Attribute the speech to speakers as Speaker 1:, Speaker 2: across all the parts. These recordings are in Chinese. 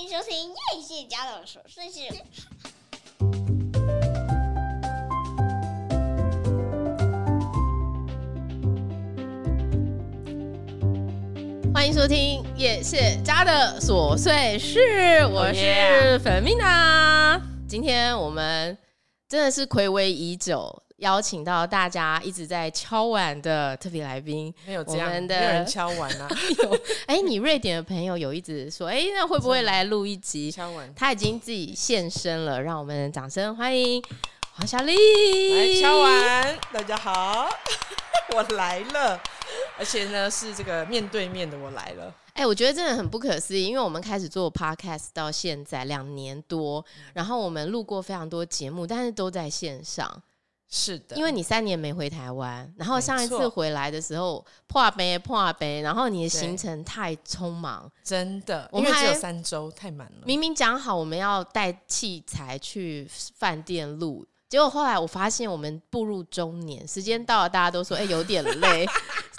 Speaker 1: 迎收听叶谢家长说事情。
Speaker 2: 欢迎收听叶谢家的琐碎事，我
Speaker 3: Oh yeah
Speaker 2: 是粉蜜娜。今天我们真的是暌违已久，邀请到大家一直在敲碗的特别来宾。
Speaker 3: 没有
Speaker 2: 我
Speaker 3: 这样，
Speaker 2: 们
Speaker 3: 没
Speaker 2: 的
Speaker 3: 有人敲碗 啊，
Speaker 2: 有 哎，你瑞典的朋友有一直说，哎，那会不会来录一集？
Speaker 3: 敲碗，
Speaker 2: 他已经自己现身了，让我们掌声欢迎黄小丽。
Speaker 3: 来敲碗，大家 好，我来了，而且呢是这个面对面的我来了，
Speaker 2: 哎、我觉得真的很不可思议，因为我们开始做 podcast 到现在两年多，
Speaker 3: 嗯
Speaker 2: 然后我们录过非常多节目，但是都在线上。
Speaker 3: 是的，
Speaker 2: 因为你三年没回台湾，然后
Speaker 3: 没
Speaker 2: 上一次
Speaker 3: 错
Speaker 2: 回来的时候破杯破杯，然后你的行
Speaker 3: 对
Speaker 2: 程太匆忙，
Speaker 3: 真的，
Speaker 2: 我
Speaker 3: 因
Speaker 2: 们
Speaker 3: 为只有
Speaker 2: 还
Speaker 3: 三周，太满了，
Speaker 2: 明明讲好我们要带器材去饭店录。结果后来我发现，我们步入中年，时间到了，大家都说：“哎、有点 累，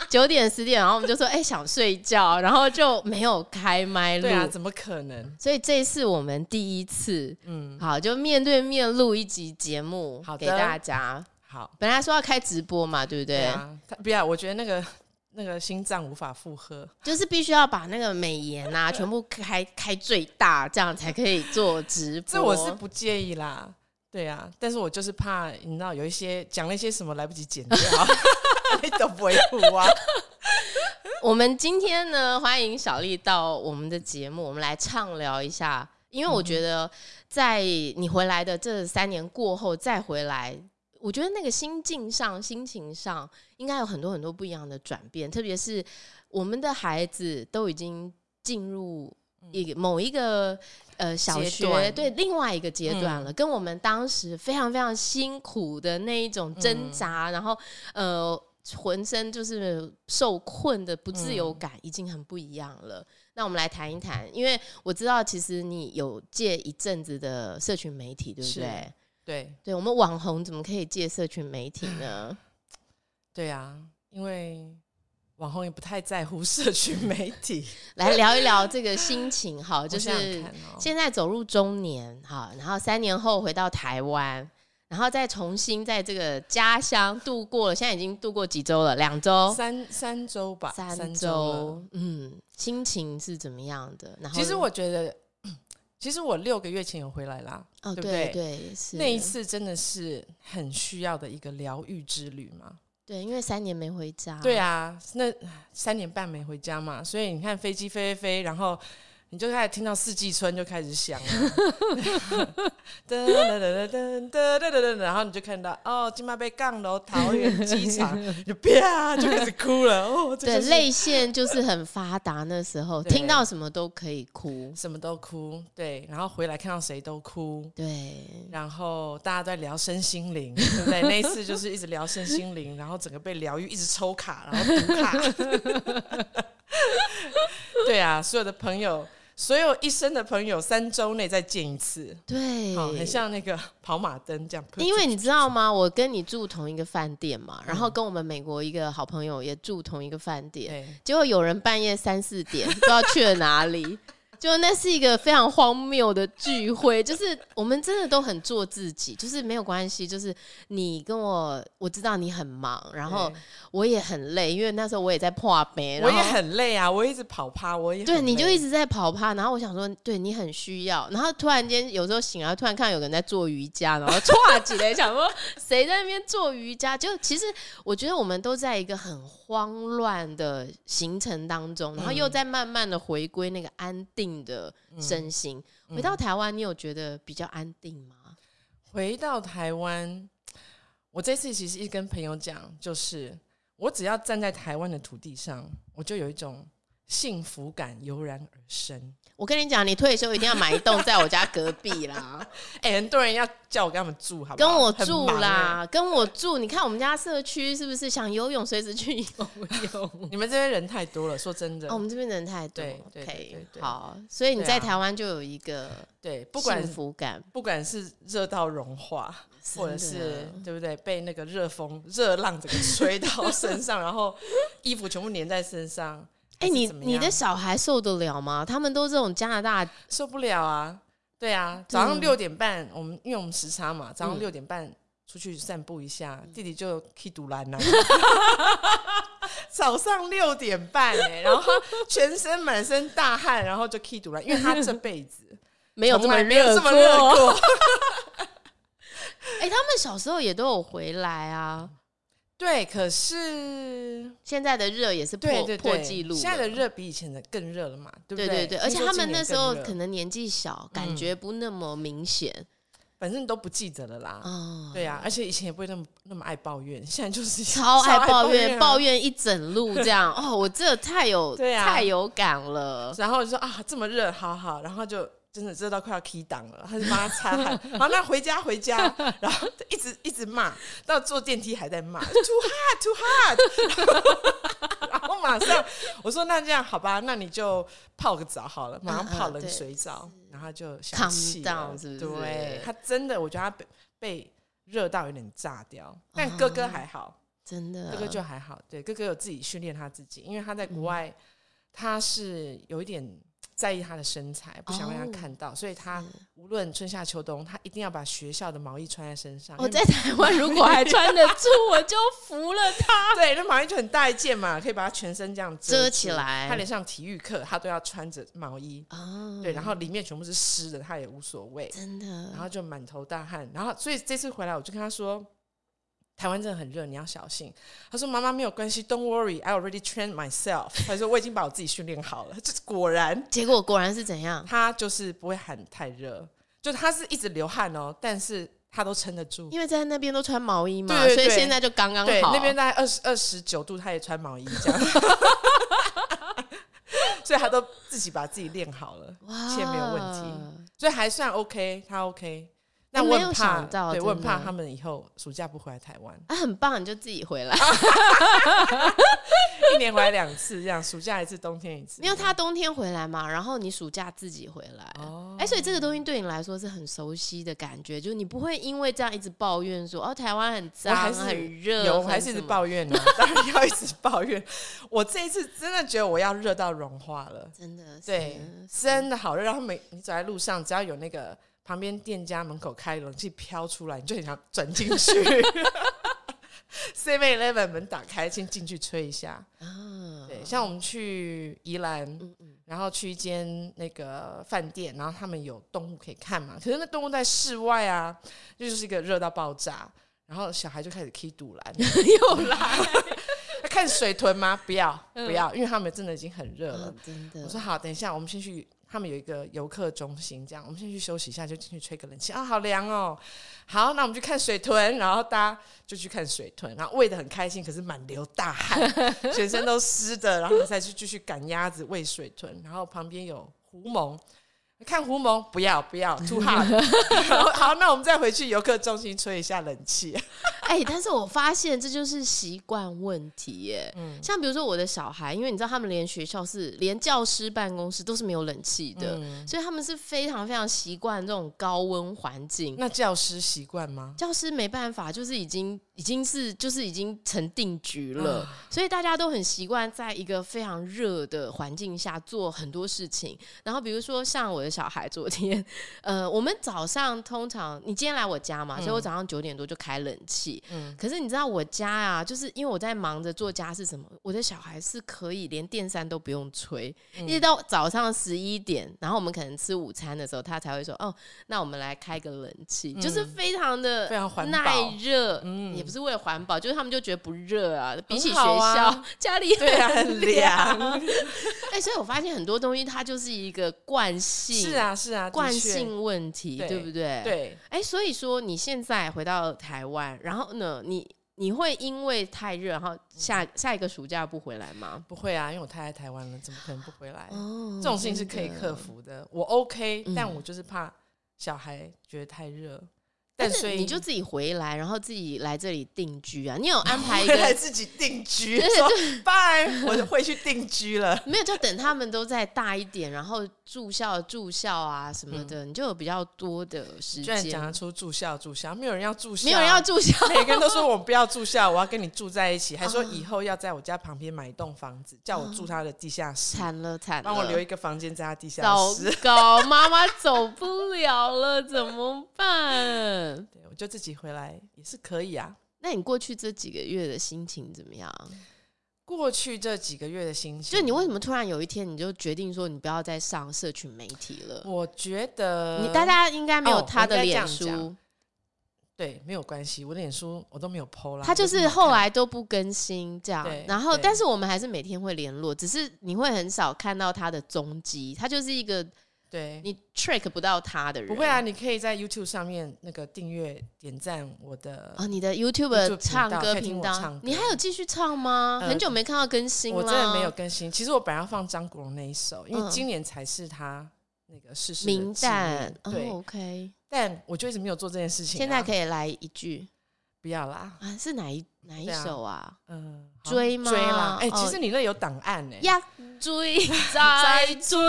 Speaker 2: 九点十点。”然后我们就说：“哎、想睡觉。”然后就没有开麦录。
Speaker 3: 对啊，怎么可能？
Speaker 2: 所以这是我们第一次，
Speaker 3: 嗯，
Speaker 2: 好，就面对面录一集节目，
Speaker 3: 好的
Speaker 2: 给大家。
Speaker 3: 好，
Speaker 2: 本来说要开直播嘛，对不对？
Speaker 3: 对啊，他不要，我觉得那个那个心脏无法负荷，
Speaker 2: 就是必须要把那个美颜啊，全部开开最大，这样才可以做直播。
Speaker 3: 这我是不介意啦。对啊，但是我就是怕你知道有一些讲了一些什么来不及剪掉， 你都不会哭啊。
Speaker 2: 我们今天呢，欢迎小丽到我们的节目，我们来畅聊一下。因为我觉得，在你回来的这三年过后再回来，我觉得那个心境上、心情上，应该有很多很多不一样的转变。特别是我们的孩子都已经进入一个某一个呃小
Speaker 3: 嗯阶
Speaker 2: 学，
Speaker 3: 段嗯
Speaker 2: 对另外一个阶段了，跟我们当时非常非常辛苦的那一
Speaker 3: 嗯
Speaker 2: 种挣扎，然后呃浑身就是受困的不自
Speaker 3: 嗯
Speaker 2: 由感已经很不一样了。那我们来谈一谈，因为我知道其实你有借一阵子的社群媒体，对不
Speaker 3: 是
Speaker 2: 对？
Speaker 3: 对，
Speaker 2: 对我们网红怎么可以借社群媒体呢？
Speaker 3: 对啊，因为网红也不太在乎 社群媒 体，
Speaker 2: 来聊一聊这个心情哈，
Speaker 3: 我
Speaker 2: 就是
Speaker 3: 想想看哦
Speaker 2: 现在走入中年哈，然后三年后回到台湾，然后再重新在这个家乡度过了，现在已经度过几周了，两周、
Speaker 3: 三三周吧，三了。
Speaker 2: 哦周，嗯，心情是怎么样的？然后
Speaker 3: 其实我觉得，其实我六个月前有回来啦，
Speaker 2: 哦，
Speaker 3: 对不
Speaker 2: 对
Speaker 3: 对
Speaker 2: 对是
Speaker 3: 那一次真的是很需要的一个疗愈之旅嘛。
Speaker 2: 对，因为三年没回家，
Speaker 3: 对啊，那三年半没回家嘛，所以你看飞机飞飞飞，然后。你就开始听到四季春就开始响了、噔噔噔噔噔噔噔噔，然后你就看到哦，金马被杠楼桃园机场，你就啪就开始哭了哦，这
Speaker 2: 对
Speaker 3: 就是
Speaker 2: 泪腺就是很发达，那时候
Speaker 3: 对
Speaker 2: 听到什么都可以哭，
Speaker 3: 什么都哭，对，然后回来看到谁都哭，
Speaker 2: 对，
Speaker 3: 然后大家都在聊身心灵， 对不对？那一次就是一直聊身 心灵，然后整个被疗愈，一直抽卡，然后读卡。 对啊，所有的朋友，所有一生的朋友，三周内再见一次，
Speaker 2: 对，
Speaker 3: 好，很像那个 跑马灯这样。
Speaker 2: 嗯因为你知道吗？我跟你住同一个饭店嘛，然
Speaker 3: 嗯
Speaker 2: 后跟我们美国一个好朋友也住同一个饭店，
Speaker 3: 对
Speaker 2: 结果有人半夜三四点不知道去了哪里， 就那是一个非常荒谬的聚会，就是我们真的都很做自己，就是没有关系，就是你跟我，我知道你很忙，然后我也很累，因为那时候我也在破杯，
Speaker 3: 对
Speaker 2: 然
Speaker 3: 我
Speaker 2: 后
Speaker 3: 也很累啊，我一直跑趴，我也很
Speaker 2: 对，你就一
Speaker 3: 直
Speaker 2: 直在跑趴，然后我想说，对你很需要，然后突然间有时候醒来，突然看有个人在做瑜伽，然后歘起来， 想说谁在那边做瑜伽？就其实我觉得我们都在一个很慌乱的行程当中，然后
Speaker 3: 嗯
Speaker 2: 又在慢慢的回归那个安定的身心。
Speaker 3: 嗯
Speaker 2: 回到台湾，你有觉得比较安定吗？
Speaker 3: 回到台湾。我这次其实一直跟朋友讲，就是我只要站在台湾的土地上，我就有一种幸福感油然而生。
Speaker 2: 我跟你讲，你退休一定要买一栋在我家隔壁啦。
Speaker 3: 哎、很多人要叫我跟他们住， 好不
Speaker 2: 跟
Speaker 3: 好
Speaker 2: 我
Speaker 3: 很
Speaker 2: 住
Speaker 3: 忙欸
Speaker 2: 啦，跟我住。你看我们家社区是不是想游泳随时去游泳？
Speaker 3: 哎。你们这边人太多了，说真的，
Speaker 2: 哦，我们这边人太多
Speaker 3: 对对对
Speaker 2: ，OK，
Speaker 3: 对对
Speaker 2: 好，所以你在
Speaker 3: 对啊
Speaker 2: 台湾就有一个
Speaker 3: 对，不管
Speaker 2: 幸福感，
Speaker 3: 不管是热到融化，或者
Speaker 2: 真的
Speaker 3: 是对不对，被那个热风、热浪整个吹到身上，然后衣服全部粘在身上，
Speaker 2: 哎、你
Speaker 3: 还是怎么
Speaker 2: 你的
Speaker 3: 样
Speaker 2: 小孩受得了吗？他们都这种加拿大，
Speaker 3: 受不了啊！对
Speaker 2: 嗯
Speaker 3: 啊，早上六点半，我们因为我们时差嘛，早上六点半出去散步一下，
Speaker 2: 嗯
Speaker 3: 弟弟就去堵篮了。早上六点半哎、然后他全身满身大汗，然后就 key 堵篮，因为他这辈子
Speaker 2: 没有这
Speaker 3: 从
Speaker 2: 么
Speaker 3: 来没有
Speaker 2: 热
Speaker 3: 这么热
Speaker 2: 过。
Speaker 3: 过。
Speaker 2: 哎、他们小时候也都有回来啊。
Speaker 3: 对，可是
Speaker 2: 现在的热也是破
Speaker 3: 对对对，
Speaker 2: 破纪录了，
Speaker 3: 现在的热比以前的更热了嘛，对不
Speaker 2: 对
Speaker 3: 对
Speaker 2: 对对，而且他们那时候可
Speaker 3: 能
Speaker 2: 能年纪小，
Speaker 3: 嗯
Speaker 2: 感觉不那么明显
Speaker 3: 反正都不记得了啦。
Speaker 2: 啊。
Speaker 3: 对啊，而且以前也不会那么那么爱抱怨，现在就是
Speaker 2: 超爱 抱怨，
Speaker 3: 啊
Speaker 2: 抱怨一整路这样哦，我这太有
Speaker 3: 对啊
Speaker 2: 太有感了，
Speaker 3: 然后我就说啊，这么热，好好，然后就真的热到快要 key 档了，他就帮他 擦汗，然后那回家回家，然后就一直一直骂，到坐电梯还在骂 too hot too hot，然 后马上我说那这样好吧，那你就泡个澡好了，马上
Speaker 2: 嗯嗯
Speaker 3: 泡冷
Speaker 2: 对
Speaker 3: 水澡，然后就
Speaker 2: Calm
Speaker 3: 想气了
Speaker 2: down，是不是
Speaker 3: 对，他真的，我觉得他被被热到有点炸掉，但
Speaker 2: 啊
Speaker 3: 哥哥还好，
Speaker 2: 真的。
Speaker 3: 哥哥就还好，对，哥哥有自己训练他自己，因为他在国外，
Speaker 2: 嗯
Speaker 3: 他是有一点在意他的身材，不想让
Speaker 2: 哦
Speaker 3: 他看到，所以他无论春夏秋冬，他一定要把学校的毛衣穿在身上。
Speaker 2: 我
Speaker 3: 因为
Speaker 2: 在台湾如果还穿得住， 我就服了他。
Speaker 3: 对，那毛衣就很大一件嘛，可以把他全身这样
Speaker 2: 遮
Speaker 3: 住
Speaker 2: 起来
Speaker 3: 他连上体育课，他都要穿着毛衣，
Speaker 2: 哦，
Speaker 3: 对，然后里面全部是湿的，他也无所谓。
Speaker 2: 真
Speaker 3: 然
Speaker 2: 的，
Speaker 3: 后就满头大汗，然后所以这次回来我就跟他说，台湾真的很热，你要小心。他说妈妈没有关系，Don't worry, I already trained myself。他说我已经把我自己训练好了，就是果然
Speaker 2: 结果果然是怎样？
Speaker 3: 他就是不会喊太热，就他是一直流汗哦，但是他都撑得住。
Speaker 2: 因为在那边都穿毛衣嘛，
Speaker 3: 对对
Speaker 2: 所以
Speaker 3: 对
Speaker 2: 现在就刚刚
Speaker 3: 对，
Speaker 2: 好。
Speaker 3: 那边大概二十二十九度，他也穿毛衣这样， 所以他都自己把自己练好了，
Speaker 2: 哇
Speaker 3: 一切没有问题。所以还算 OK，他 OK。那
Speaker 2: 哎
Speaker 3: 我
Speaker 2: 没有
Speaker 3: 很怕，
Speaker 2: 想到
Speaker 3: 对
Speaker 2: 真
Speaker 3: 我很怕
Speaker 2: 的，
Speaker 3: 他们以后暑假不回来台湾
Speaker 2: 啊，很棒，你就自己回
Speaker 3: 啊
Speaker 2: 来。
Speaker 3: 一年回来两次，这样暑假一次，冬天一次。
Speaker 2: 因为他冬天回来嘛，然后你暑假自己回来。
Speaker 3: 哦
Speaker 2: 哎、所以这个东西对你来说是很熟悉的感觉，就是你不会因为这样一直抱怨说哦，台湾很
Speaker 3: 我
Speaker 2: 脏、
Speaker 3: 还是
Speaker 2: 很热，
Speaker 3: 有，我
Speaker 2: 很
Speaker 3: 还是一
Speaker 2: 什
Speaker 3: 直
Speaker 2: 么。
Speaker 3: 抱怨呢、当然要一直抱怨。我这一次真的觉得我要热到融化了，
Speaker 2: 真的嗯是
Speaker 3: 对，真的好热。然后每你走在路上，只要有那个旁边店家门口开冷气飘出来，你就很想转进去。Seven Eleven 门打开，先进去吹一下。
Speaker 2: 啊，嗯
Speaker 3: 对，像我们去宜兰，然后去一间那个饭店，然后他们有动物可以看嘛，可是那动物在室外啊，这就是一个热到爆炸，然后小孩就开始踢肚篮，
Speaker 2: 又来嗯
Speaker 3: 那 看水豚吗？不要不要，因为他们真的已经很热了
Speaker 2: 了，。真的。
Speaker 3: 我说好，等一下，我们先去。他们有一个游客中心，这样我们先去休息一下，就进去吹个冷气啊，好凉哦。好，那我们去看水豚，然后大家就去看水豚，然后喂的很开心，可是满流大汗，全身都湿的，然后再去继续赶鸭子喂水豚，然后旁边有狐獴。看狐獴，不要不要，too hot。然后 好，那我们再回去游客中心吹一下冷气。
Speaker 2: 哎、但是我发现这就是习惯问题耶。像比如说我的小孩，因为你知道他们连学校是连教师办公室都是没有冷气
Speaker 3: 嗯
Speaker 2: 的，所以他们是非常非常习惯这种高温环境。
Speaker 3: 那教师习惯吗？
Speaker 2: 教师没办法，就是已经已经是就是已经成定局了，所以大家都很习惯在一个非常热的环境下做很多事情。然后比如说像我的小孩昨天，呃，我们早上通常你今天来我家嘛，所以我早上九点多就开冷气。
Speaker 3: 嗯
Speaker 2: 可是你知道我家啊，就是因为我在忙着做家事什么，我的小孩是可以连电扇都不用吹，
Speaker 3: 嗯
Speaker 2: 一直到早上十一点，然后我们可能吃午餐的时候，他才会说哦。那我们来开个冷气，就是非常的
Speaker 3: 嗯非常环保嗯
Speaker 2: 耐热，也不是为了环保，就是他们就觉得不热啊，比起学校、
Speaker 3: 好啊
Speaker 2: 家里。
Speaker 3: 对啊，很凉。
Speaker 2: 哎、所以我发现很多东西它就是一个惯性，
Speaker 3: 是，啊是啊，的
Speaker 2: 惯
Speaker 3: 确
Speaker 2: 性问题，
Speaker 3: 对
Speaker 2: 对不对？。
Speaker 3: 对。
Speaker 2: 哎、所以说你现在回到台湾，然后呢，你你会因为太热，然后下下一个暑假不回来吗？
Speaker 3: 不会啊，因为我太爱台湾了，怎么可能不回来？
Speaker 2: 哦嗯
Speaker 3: 这种事情是可以克服的，我 OK，、但我就是怕小孩觉得太热，但
Speaker 2: 是
Speaker 3: 所以哦
Speaker 2: 你就自己回来，然后自己来这里定居啊。你有安排一
Speaker 3: 回来
Speaker 2: 个
Speaker 3: 自己定居，说拜，我就会去定居了。
Speaker 2: 没有？就等他们都再大一点，然后住校住校啊什么的，你就有比较多的时
Speaker 3: 嗯居然
Speaker 2: 间
Speaker 3: 讲。得出住校，住校，没有人要住校，
Speaker 2: 没有人要住校，
Speaker 3: 每个人都说我不要住校，我要跟你住在一起，还
Speaker 2: 哦
Speaker 3: 说以后要在我家旁边买一栋房子，叫我住他的地下室，
Speaker 2: 惨了惨了，
Speaker 3: 帮我留一个房间在他地下
Speaker 2: 糟
Speaker 3: 室。
Speaker 2: 糕，妈妈走不了了，怎么办？
Speaker 3: 对，我就自己回来也是可以啊。
Speaker 2: 那你过去这几个月的心情怎么样？
Speaker 3: 过去这几个月的心情，
Speaker 2: 就你为什么突然有一天你就决定说你不要再上社群媒体了？
Speaker 3: 我觉得
Speaker 2: 你大家应该没有
Speaker 3: 哦
Speaker 2: 他
Speaker 3: 我
Speaker 2: 的
Speaker 3: 应该这
Speaker 2: 脸
Speaker 3: 样
Speaker 2: 书
Speaker 3: 讲，对没有关系，我脸书我都没有 PO 啦。
Speaker 2: 他就
Speaker 3: 我没
Speaker 2: 是
Speaker 3: 有
Speaker 2: 后
Speaker 3: 看
Speaker 2: 来都不更新这样
Speaker 3: 对。
Speaker 2: 然后，
Speaker 3: 对
Speaker 2: 但是我们还是每天会联络，只是你会很少看到他的踪迹。他就是一个
Speaker 3: 对
Speaker 2: 你 track 不到他的人。
Speaker 3: 不会啊，你可以在 YouTube 上面那个订阅、点赞我的。
Speaker 2: 哦，你的
Speaker 3: YouTube
Speaker 2: YouTube 唱
Speaker 3: 频道
Speaker 2: 歌
Speaker 3: 可以听
Speaker 2: 频
Speaker 3: 我
Speaker 2: 道
Speaker 3: 唱，
Speaker 2: 你
Speaker 3: 歌
Speaker 2: 还有继续唱吗？
Speaker 3: 呃
Speaker 2: 很久没看到更新了，
Speaker 3: 我真的没有更新。其实我本来要放张国荣那一首，因
Speaker 2: 嗯
Speaker 3: 为今年才是他那个逝世的
Speaker 2: 明
Speaker 3: 纪念
Speaker 2: 淡。哦
Speaker 3: 对，
Speaker 2: ，OK，
Speaker 3: 但我就一直没有做这件事情啊。
Speaker 2: 现在可
Speaker 3: 以
Speaker 2: 以来一句
Speaker 3: 不要啦，
Speaker 2: 啊，是哪一哪一
Speaker 3: 对啊
Speaker 2: 首啊？
Speaker 3: 嗯，好
Speaker 2: 追吗
Speaker 3: 追啦。哎，其
Speaker 2: 哦
Speaker 3: 实你那有档案哎，
Speaker 2: 呀，追再 追。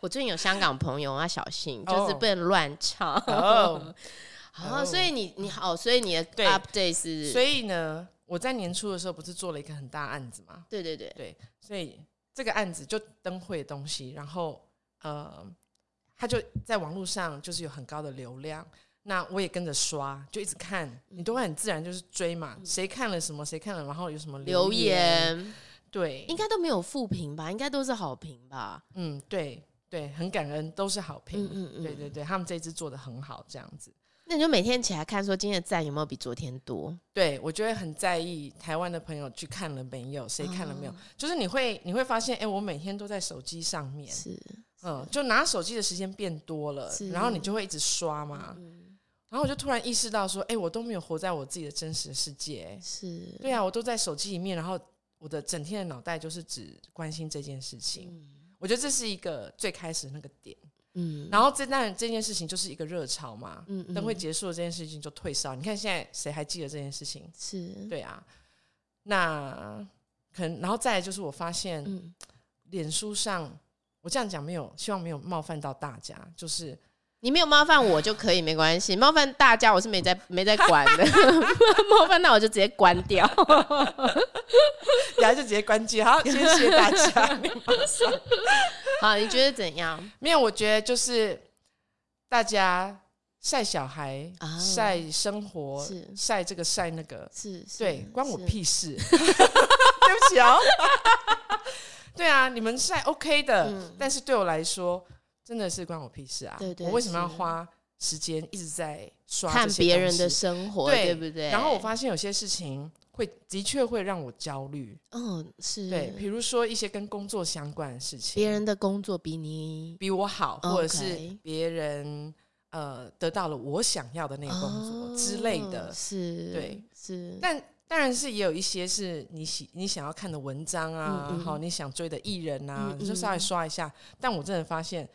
Speaker 2: 我最近有香港朋友要小心，就是
Speaker 3: 哦
Speaker 2: 不能乱唱。
Speaker 3: 哦，
Speaker 2: 哦，
Speaker 3: 哦
Speaker 2: 所以你你好，所以你的
Speaker 3: 对
Speaker 2: update 是，
Speaker 3: 所以呢，我在年初的时候不是做了一个很大案子嘛，
Speaker 2: 对对对，
Speaker 3: 对，所以这个案子就灯会的东西，然后呃，他就在网络上就是有很高的流量，那我也跟着刷，就一直看，你都会很自然就是追嘛，谁看了什么，谁看了，然后有什么
Speaker 2: 嗯留
Speaker 3: 言，
Speaker 2: 言
Speaker 3: 对
Speaker 2: 应，该都没有负评吧？应该都是好评吧？
Speaker 3: 嗯，对对，很感恩，都是好评，
Speaker 2: 嗯嗯嗯
Speaker 3: 对对对，他们这一支做的很好，这样子。
Speaker 2: 那你就每天起来看，说今天的赞有没有比昨天多？
Speaker 3: 对，我就会很在意台湾的朋友去看了没有，谁看了没有，
Speaker 2: 哦
Speaker 3: 就是你会你会发现，哎、我每天都在手机上面，
Speaker 2: 是，
Speaker 3: 嗯，就拿手机的时间变多了
Speaker 2: 是，嗯
Speaker 3: 然后你就会一直刷嘛。然后我就突然意识到说，哎、我都没有活在我自己的真实世界、诶
Speaker 2: 是，
Speaker 3: 对啊，我都在手机里面，然后我的整天的脑袋就是只关心这件事情。我觉得这是一个最开始的那个点。
Speaker 2: 嗯，
Speaker 3: 然后这当然这件事情就是一个热潮嘛，
Speaker 2: 嗯嗯
Speaker 3: 灯会结束了这件事情就退烧。你看现在谁还记得这件事情？
Speaker 2: 是，
Speaker 3: 对啊，那可能然后再来就是我发现，
Speaker 2: 嗯
Speaker 3: 脸书上，我这样讲没有，希望没有冒犯到大家。就是
Speaker 2: 你没有冒犯我就可以，没关系。冒犯大家，我是没在没 在管的。冒犯到我就直接关 掉。
Speaker 3: 然后就直接关机，好，谢谢大家。 没有
Speaker 2: 好，你觉得怎样？
Speaker 3: 没有，我觉得就是大家晒小孩、
Speaker 2: 啊
Speaker 3: 晒生活
Speaker 2: 是、
Speaker 3: 晒这个晒那个，
Speaker 2: 是，是
Speaker 3: 对，关我
Speaker 2: 是
Speaker 3: 屁事。 对不起哦。 对啊，你们晒 OK 的，
Speaker 2: 嗯
Speaker 3: 但是对我来说真的是关我屁事啊！
Speaker 2: 对对
Speaker 3: 我为什么要
Speaker 2: 是
Speaker 3: 花时间一直在刷
Speaker 2: 看
Speaker 3: 啊这些
Speaker 2: 别
Speaker 3: 东
Speaker 2: 人的
Speaker 3: 西
Speaker 2: 生活，对
Speaker 3: 对
Speaker 2: 不对？
Speaker 3: 然后我，发现有些事情会的确会让我焦虑，
Speaker 2: 嗯，是
Speaker 3: 对，比如说一些跟工作相关的事情，
Speaker 2: 别人的工作比你
Speaker 3: 比我好，或者
Speaker 2: OK
Speaker 3: 是别人呃得到了我想要的那个工作之类
Speaker 2: 哦
Speaker 3: 的。
Speaker 2: 是，
Speaker 3: 对，
Speaker 2: 是，
Speaker 3: 但当然是也有一些是你喜你想要看的文章啊，
Speaker 2: 嗯嗯
Speaker 3: 好你想追的艺人啊，
Speaker 2: 嗯
Speaker 3: 你就稍微刷一下。但我真的发现，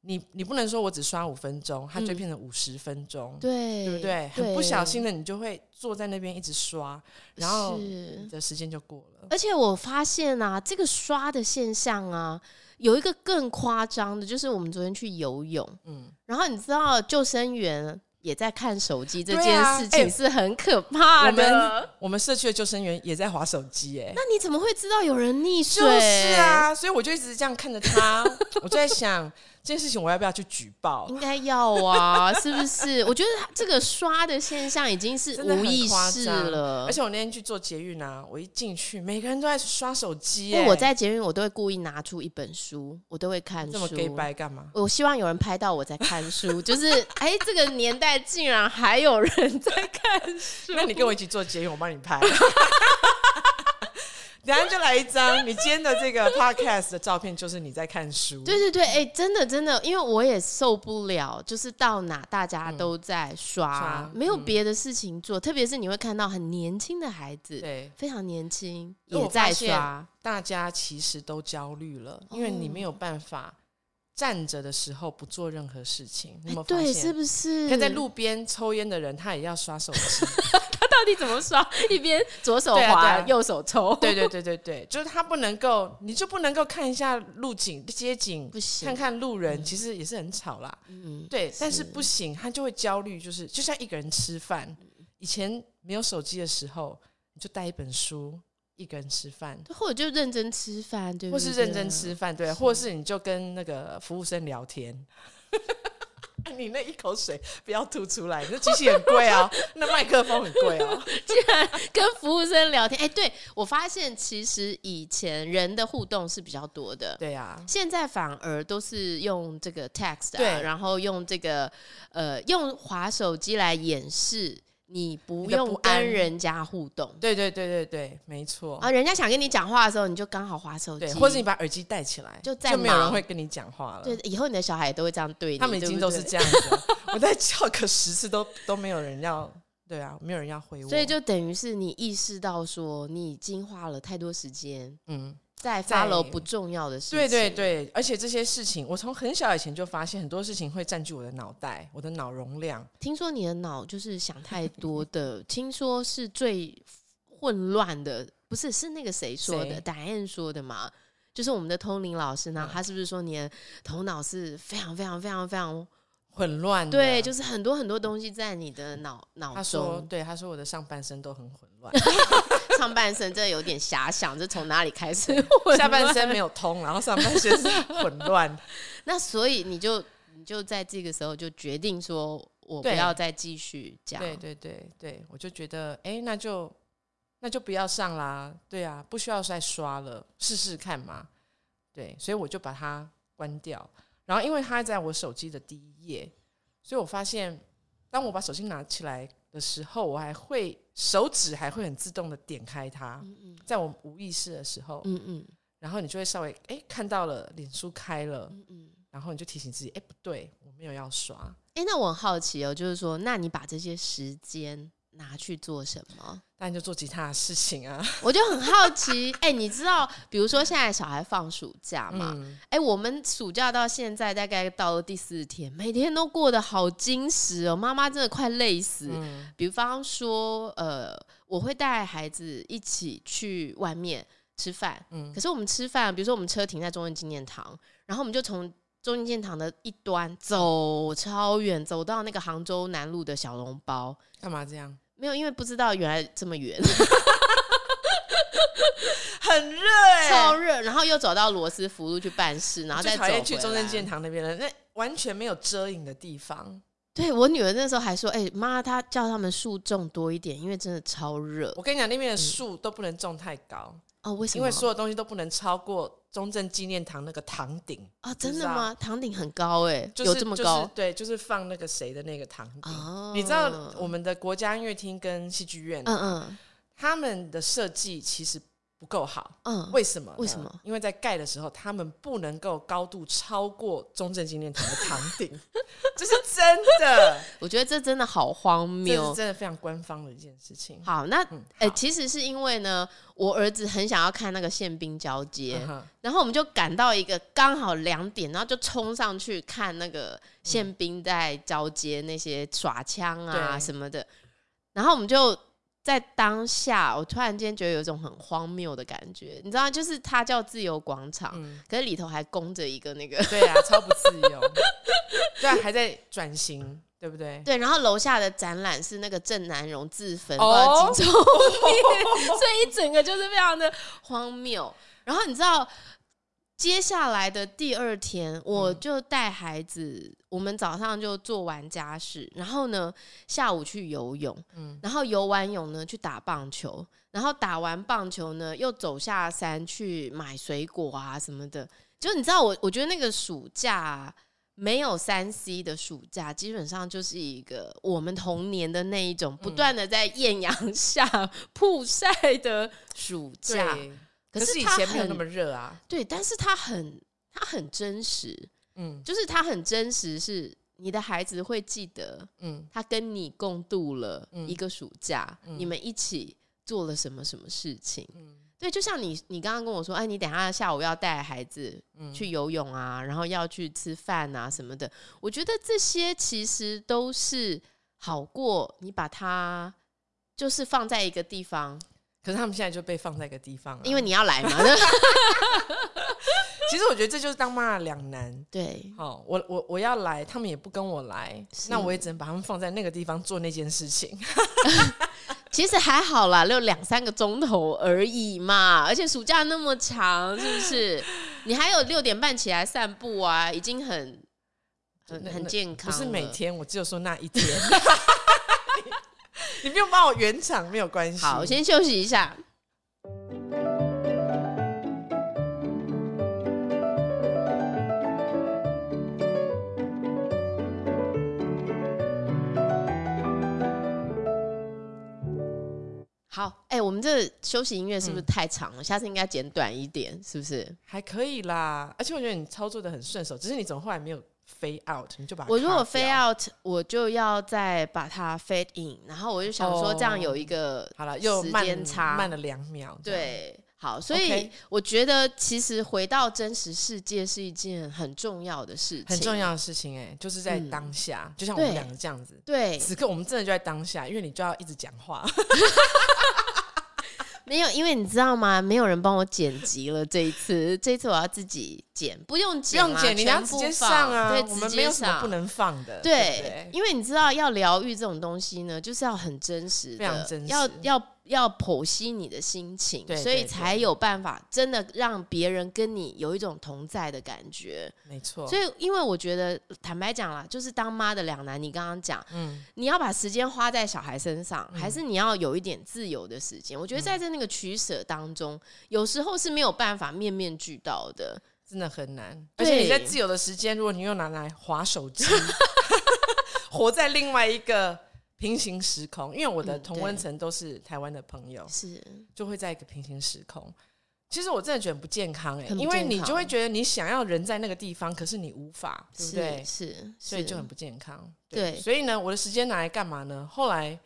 Speaker 3: 你你不能说我只刷五分钟，它就
Speaker 2: 嗯
Speaker 3: 变成五十分钟，
Speaker 2: 对，
Speaker 3: 对不对？很不小心的，你就会坐在那边一直刷，然后
Speaker 2: 是
Speaker 3: 你的时间就过 了。
Speaker 2: 而且我发现啊，这个刷的现象啊，有一个更夸张的，就是我们昨天去游泳，
Speaker 3: 嗯，
Speaker 2: 然后你知道救生员也在看手机这
Speaker 3: 对
Speaker 2: 件
Speaker 3: 啊
Speaker 2: 事
Speaker 3: 哎
Speaker 2: 情是很可怕
Speaker 3: 我
Speaker 2: 的。
Speaker 3: 们我们社区的救生员也在划手机、哎，
Speaker 2: 那你怎么会知道有人溺水？
Speaker 3: 就是，啊，所以我就一直这样看着他， 我就在想这件事情我要不要去举报？
Speaker 2: 应该要啊，是不是？我觉得这个刷的现象已经是
Speaker 3: 真的
Speaker 2: 无
Speaker 3: 很
Speaker 2: 意
Speaker 3: 夸
Speaker 2: 识
Speaker 3: 张
Speaker 2: 了
Speaker 3: 而。且我那天去做捷运啊，我一进去，每个人都在刷手机、
Speaker 2: 因
Speaker 3: 哎，
Speaker 2: 为我在捷运，我都会故意拿出一本书，我都会看
Speaker 3: 这么
Speaker 2: 书。
Speaker 3: gay 白干嘛？
Speaker 2: 我希望有人拍到我在看书，就是哎、这个年代竟然还有人在看书。
Speaker 3: 那你跟我一起做捷运，我帮你拍。等一下就来一张，你今天的这个 podcast 的照片就是你在看书，
Speaker 2: 对对对，哎、真的真的，因为我也受不了，就是到哪大家都在刷，
Speaker 3: 嗯刷嗯
Speaker 2: 没有别的事情做，特别是你会看到很年轻的孩子，
Speaker 3: 对
Speaker 2: 非常年轻
Speaker 3: 因为
Speaker 2: 也
Speaker 3: 我发
Speaker 2: 在
Speaker 3: 现
Speaker 2: 刷，哦
Speaker 3: 大家其实都焦虑了，因为你没有办法站着的时候不做任何事情，你有没有发
Speaker 2: 哎对，
Speaker 3: 现？
Speaker 2: 是不是？
Speaker 3: 你看在路边抽烟的人，他也要刷手 机。
Speaker 2: 他 到底怎么刷？一边左手
Speaker 3: 对啊对
Speaker 2: 滑，
Speaker 3: 啊
Speaker 2: 右手抽，
Speaker 3: 对对对对对，就是他不能够，你就不能够看一下路景、街景
Speaker 2: 不，行
Speaker 3: 看看路人，其实也是很吵啦。
Speaker 2: 嗯，
Speaker 3: 对，但是不行，他就会焦虑，就是就像一个人吃饭，
Speaker 2: 嗯
Speaker 3: 以前没有手机的时候，你就带一本书，一个人吃饭，
Speaker 2: 或者就认真吃饭，对不
Speaker 3: 或
Speaker 2: 对？
Speaker 3: 是认真吃饭，对，或者是你就跟那个服务生聊天。 你那一口水不要吐出来，你那机器很贵哦，那麦克风很贵哦。
Speaker 2: 跟服务生聊天。哎、对我发现其实以前人的互动是比较多的，
Speaker 3: 对啊，
Speaker 2: 现在反而都是用这个 text 啊，
Speaker 3: 对
Speaker 2: 然后用这个呃用滑手机来掩饰你不
Speaker 3: 你的
Speaker 2: 用
Speaker 3: 不安
Speaker 2: 跟人家互动
Speaker 3: 对对对对对，没错。
Speaker 2: 啊，人家想跟你讲话的时候，你就刚好滑手机，
Speaker 3: 对，或者你把耳机戴起来，
Speaker 2: 就在
Speaker 3: 没有人
Speaker 2: 忙
Speaker 3: 会跟你讲话了。
Speaker 2: 对，以后你的小孩也都会这样对你，
Speaker 3: 他们已
Speaker 2: 对
Speaker 3: 经
Speaker 2: 不
Speaker 3: 都
Speaker 2: 对
Speaker 3: 是这样子了。我再叫个十次都都没有人要，对啊，没有人要回我。
Speaker 2: 所以就等于是你意识到说，你已经花了太多时间
Speaker 3: 嗯，
Speaker 2: 在
Speaker 3: 在
Speaker 2: follow 不重要的事情。
Speaker 3: 对对对，而且这些事情，我从很小以前就发现，很多事情会占据我的脑袋，我的脑容量。
Speaker 2: 听说你的脑就是想太多的， 听说是最混乱的，不是是那个谁说的？
Speaker 3: 谁嗯
Speaker 2: 答案说的嘛，就是我们的通灵老师呢，他是不是说你的头脑是非常非常非常非常
Speaker 3: 混乱的，
Speaker 2: 对，就是很多很多东西在你的脑脑
Speaker 3: 他说，
Speaker 2: 中，
Speaker 3: 对他说我的上半身都很 混乱，
Speaker 2: 上半身真的有点遐想，这从哪里开 始？
Speaker 3: 下半身没有通，然后上半身是混 乱。
Speaker 2: 那所以你就你就在这个时候就决定说，我不
Speaker 3: 对
Speaker 2: 要再继续讲。
Speaker 3: 对对对对，我就觉得，哎，那就那就不要上啦，对啊，不需要再刷了，试试看嘛。对，所以我就把它关掉。然后因为它在我手机的第一页，所以我发现，当我把手机拿起来的时候，我还会手指还会很自动的点开它，在我无意识的时候，
Speaker 2: 嗯嗯
Speaker 3: 然后你就会稍微哎看到了脸书开了，
Speaker 2: 嗯嗯。
Speaker 3: 然后你就提醒自己，哎，不对，我没有要刷。
Speaker 2: 哎、那我很好奇哦，就是说，那你把这些时间拿去做什么？
Speaker 3: 当然就做其他的事情啊，
Speaker 2: 我就很好奇。哎、你知道，比如说现在小孩放暑假嘛？
Speaker 3: 嗯
Speaker 2: 哎、我们暑假到现在大概到了第四天，每天都过得好精实哦，妈妈真的快累死。
Speaker 3: 嗯
Speaker 2: 比方说，呃，我会带孩子一起去外面吃饭，
Speaker 3: 嗯
Speaker 2: 可是我们吃饭，比如说我们车停在中正纪念堂，然后我们就从中正纪念堂的一端走超远，走到那个杭州南路的小笼包，
Speaker 3: 干嘛这样？
Speaker 2: 没有，因为不知道原来这么 远，
Speaker 3: 很热
Speaker 2: 欸超
Speaker 3: 哎、
Speaker 2: 热，然后又走到罗斯福路去办事，然后
Speaker 3: 最
Speaker 2: 再走
Speaker 3: 讨
Speaker 2: 回
Speaker 3: 厌去中正纪
Speaker 2: 来
Speaker 3: 念堂那边了，那完全没有遮影的地方。
Speaker 2: 对我女儿那时候还说：“哎、妈，她叫他们树种多一点，因为真的超热
Speaker 3: 我跟你讲，那边的树都不能种太高，
Speaker 2: 哦。”为什
Speaker 3: 因
Speaker 2: 么？
Speaker 3: 为所有东西都不能超过中正纪念堂那个堂顶。
Speaker 2: 啊、真的
Speaker 3: 不知道
Speaker 2: 吗？堂顶很高哎、
Speaker 3: 就是、
Speaker 2: 有这么高
Speaker 3: 就是？对，就是放那个谁的那个堂顶。
Speaker 2: 哦
Speaker 3: 你知道我们的国家音乐厅跟戏剧院，
Speaker 2: 嗯嗯
Speaker 3: 他们的设计其实不够好。
Speaker 2: 嗯，
Speaker 3: 为什么呢？
Speaker 2: 为什么
Speaker 3: 因为在盖的时候，他们不能够高度超过中正纪念堂的堂 顶，这是真的。
Speaker 2: 我觉得这真的好荒
Speaker 3: 这是
Speaker 2: 谬。
Speaker 3: 真的非常官方的一件事情。
Speaker 2: 好，那
Speaker 3: 嗯，
Speaker 2: 呃，
Speaker 3: 好
Speaker 2: 其实是因为呢，我儿子很想要看那个宪兵交接，
Speaker 3: 嗯哼
Speaker 2: 然后我们就赶到一个刚好两点，然后就冲上去看那个宪兵在交接那些耍枪啊
Speaker 3: 对
Speaker 2: 什么的，然后我们就。在当下，我突然间觉得有一种很荒谬的感觉，你知道，就是它叫自由广场，
Speaker 3: 嗯
Speaker 2: 可是里头还供着一个那个
Speaker 3: 对啊，超不自由，对啊，还在转型，对不对？
Speaker 2: 对，然后楼下的展览是那个郑南荣自焚，
Speaker 3: 哦
Speaker 2: 哦、几周年，所以一整个就是非常的荒谬。然后你知道，接下来的第二天，我就带孩子，我们早上就做完家事，然后呢，下午去游泳，
Speaker 3: 嗯
Speaker 2: 然后游完泳呢去打棒球，然后打完棒球呢又走下山去买水果啊什么的。就你知道我，我觉得那个暑假啊、没有三 C 的暑假，基本上就是一个我们童年的那一种不
Speaker 3: 嗯
Speaker 2: 断的在艳阳下曝晒的暑假。
Speaker 3: 对，
Speaker 2: 可
Speaker 3: 可是以
Speaker 2: 它
Speaker 3: 前没有
Speaker 2: 很
Speaker 3: 那么热啊。
Speaker 2: 对，但是它很它很真实，
Speaker 3: 嗯
Speaker 2: 就是它很真实，是你的孩子会记得
Speaker 3: 嗯，
Speaker 2: 他跟你共度了
Speaker 3: 嗯
Speaker 2: 一个暑假，
Speaker 3: 嗯
Speaker 2: 你们一起做了什么什么事情。
Speaker 3: 嗯
Speaker 2: 对，就像你，你刚刚跟我说，哎，你等一下下午要带孩子
Speaker 3: 嗯
Speaker 2: 去游泳啊，然后要去吃饭啊什么的。我觉得这些其实都是好过你把它就是放在一个地方，
Speaker 3: 可是他们现在就被放在一个地方、啊，
Speaker 2: 因为你要 来嘛。
Speaker 3: 其实我觉得这就是当妈的两难。
Speaker 2: 对，
Speaker 3: 哦，我我我要来，他们也不跟我来，
Speaker 2: 是
Speaker 3: 那我也只能把他们放在那个地方做那件事情。
Speaker 2: 其实还好啦，就两三个钟头而已嘛， 而且暑假那么长，是不是？你还有六点半起来散步啊，已经很很
Speaker 3: 那
Speaker 2: 很
Speaker 3: 那
Speaker 2: 健康
Speaker 3: 不
Speaker 2: 了，
Speaker 3: 是每天，我只有说那一天。 你你不用帮我圆场，没有关系。
Speaker 2: 好，先休息一下。好，哎、我们这休息音乐是不是
Speaker 3: 嗯
Speaker 2: 太长了？下次应该剪短一点，是不是？
Speaker 3: 还可以啦，而且我觉得你操作的很顺手，只是你怎么后来没有飞 out，你就把它
Speaker 2: 我如果
Speaker 3: 卡掉
Speaker 2: 非 out，我就要再把它 fade in，然后我就想说，
Speaker 3: 哦
Speaker 2: 这样有一个
Speaker 3: 好了，又
Speaker 2: 时
Speaker 3: 慢
Speaker 2: 间差
Speaker 3: 慢了两秒。这样，
Speaker 2: 对，好，所以
Speaker 3: OK
Speaker 2: 我觉得其实回到真实世界是一件很重要的事情，
Speaker 3: 很重。要的事情哎、就是在
Speaker 2: 嗯
Speaker 3: 当下，就像我们
Speaker 2: 对
Speaker 3: 两个这样子。
Speaker 2: 对，
Speaker 3: 此刻我们真的就在当下，因为你就要一直讲话，
Speaker 2: 没有，因为你知道吗？没有人帮我剪辑了这一次，这一次我要自己剪，不用
Speaker 3: 不
Speaker 2: 剪啦，
Speaker 3: 用剪，你
Speaker 2: 全
Speaker 3: 要
Speaker 2: 部
Speaker 3: 直接
Speaker 2: 放
Speaker 3: 上啊。
Speaker 2: 对，
Speaker 3: 我
Speaker 2: 直
Speaker 3: 们没
Speaker 2: 接
Speaker 3: 有什么
Speaker 2: 上
Speaker 3: 不。能放的，对不
Speaker 2: 对
Speaker 3: 对，
Speaker 2: 因为你知道要疗愈这种东西呢，就是要很真实的，
Speaker 3: 非常真实
Speaker 2: 要要要剖析你的心情，
Speaker 3: 对
Speaker 2: 所以
Speaker 3: 对
Speaker 2: 才
Speaker 3: 对
Speaker 2: 有办法真的让别人跟你有一种同在的感觉。
Speaker 3: 没错
Speaker 2: 所。以，因为我觉得，坦白讲啦，就是当妈的两难。你刚刚讲，
Speaker 3: 嗯，
Speaker 2: 你要把时间花在小孩身上，
Speaker 3: 嗯
Speaker 2: 还是你要有一点自由的时间？我觉得在这那个取舍当中，有时候是没有办法面面俱到的。
Speaker 3: 真的很难。而
Speaker 2: 对
Speaker 3: 且你在自由的时间，如果你又拿来划 手机，活在另外一个平行时空，因为我的
Speaker 2: 嗯
Speaker 3: 同温层都是台湾的朋友，
Speaker 2: 是，
Speaker 3: 就会在一个平行时空。其实我真的觉得很不健康哎、
Speaker 2: 很不
Speaker 3: 因为你
Speaker 2: 健康
Speaker 3: 就会觉得你想要人在那个地方，可是你无法，对
Speaker 2: 是，
Speaker 3: 不对？
Speaker 2: 是，
Speaker 3: 所以就很
Speaker 2: 是
Speaker 3: 不健康。
Speaker 2: 对
Speaker 3: 所以呢，我的时间拿来干嘛呢？后来，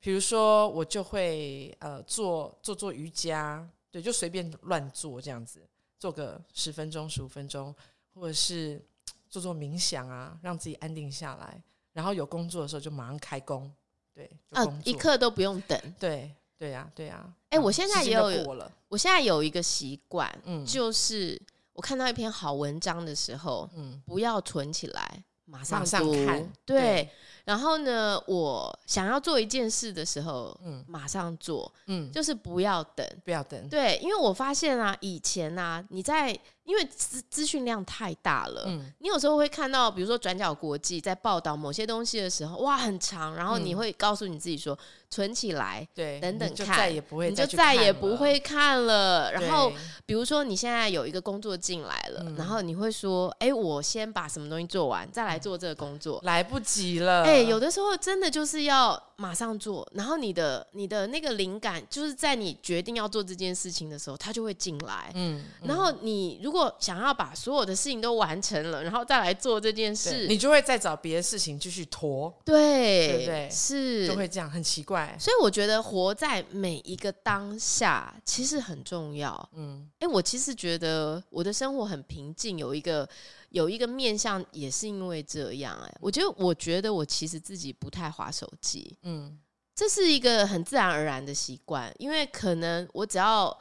Speaker 3: 比如说我就会呃做做做瑜伽，对，就随便乱做这样子，做个十分钟、十五分钟，或者是嘖做做冥想啊，让自己安定下来。然后有工作的时候就马上开工，对，就工
Speaker 2: 啊，
Speaker 3: 作嗯
Speaker 2: 一，刻都不用等。
Speaker 3: 对，对呀、对呀、啊嗯
Speaker 2: 哎我现在也有
Speaker 3: 时间就过了，
Speaker 2: 我现在有一个习惯，
Speaker 3: 嗯
Speaker 2: 就是我看到一篇好文章的时候，
Speaker 3: 嗯，
Speaker 2: 不要存起来，马上
Speaker 3: 马上
Speaker 2: 读
Speaker 3: 看
Speaker 2: 对
Speaker 3: 对，
Speaker 2: 然后呢，我想要做一件事的时候，
Speaker 3: 嗯
Speaker 2: 马上做，
Speaker 3: 嗯，
Speaker 2: 就是不要等。
Speaker 3: 不要等，
Speaker 2: 对，因为我发现啊，以前啊，你在因为资资讯量太大了。
Speaker 3: 嗯，
Speaker 2: 你有时候会看到，比如说转角国际在报道某些东西的时候，哇，很长，然后你
Speaker 3: 嗯
Speaker 2: 会告诉你自己说，存起来，
Speaker 3: 对，
Speaker 2: 等等
Speaker 3: 你就
Speaker 2: 看
Speaker 3: 再也不会
Speaker 2: 你就
Speaker 3: 去
Speaker 2: 再也
Speaker 3: 看
Speaker 2: 不
Speaker 3: 了
Speaker 2: 会看了。然后
Speaker 3: 对
Speaker 2: 比如说你现在有一个工作进来了，
Speaker 3: 嗯
Speaker 2: 然后你会说，哎、我先把什么东西做完，再来做这个工作。
Speaker 3: 来不及了，
Speaker 2: 哎、有的时候真的就是要马上做，然后你的你的那个灵感，就是在你决定要做这件事情的时候，它就会进来。
Speaker 3: 嗯，嗯
Speaker 2: 然后你如果想要把所有的事情都完成了，然后再来做这件
Speaker 3: 对
Speaker 2: 事，
Speaker 3: 你就会再找别的事情继续拖，
Speaker 2: 对
Speaker 3: 对不对
Speaker 2: 是
Speaker 3: 就会这样，很奇怪。
Speaker 2: 所以我觉得活在每一个当下其实很重要。
Speaker 3: 嗯，
Speaker 2: 哎、我其实觉得我的生活很平静，有一个有一个面向也是因为这样、哎，我觉得我觉得我其实自己不太划手机，
Speaker 3: 嗯，
Speaker 2: 这是一个很自然而然的习惯，因为可能我只要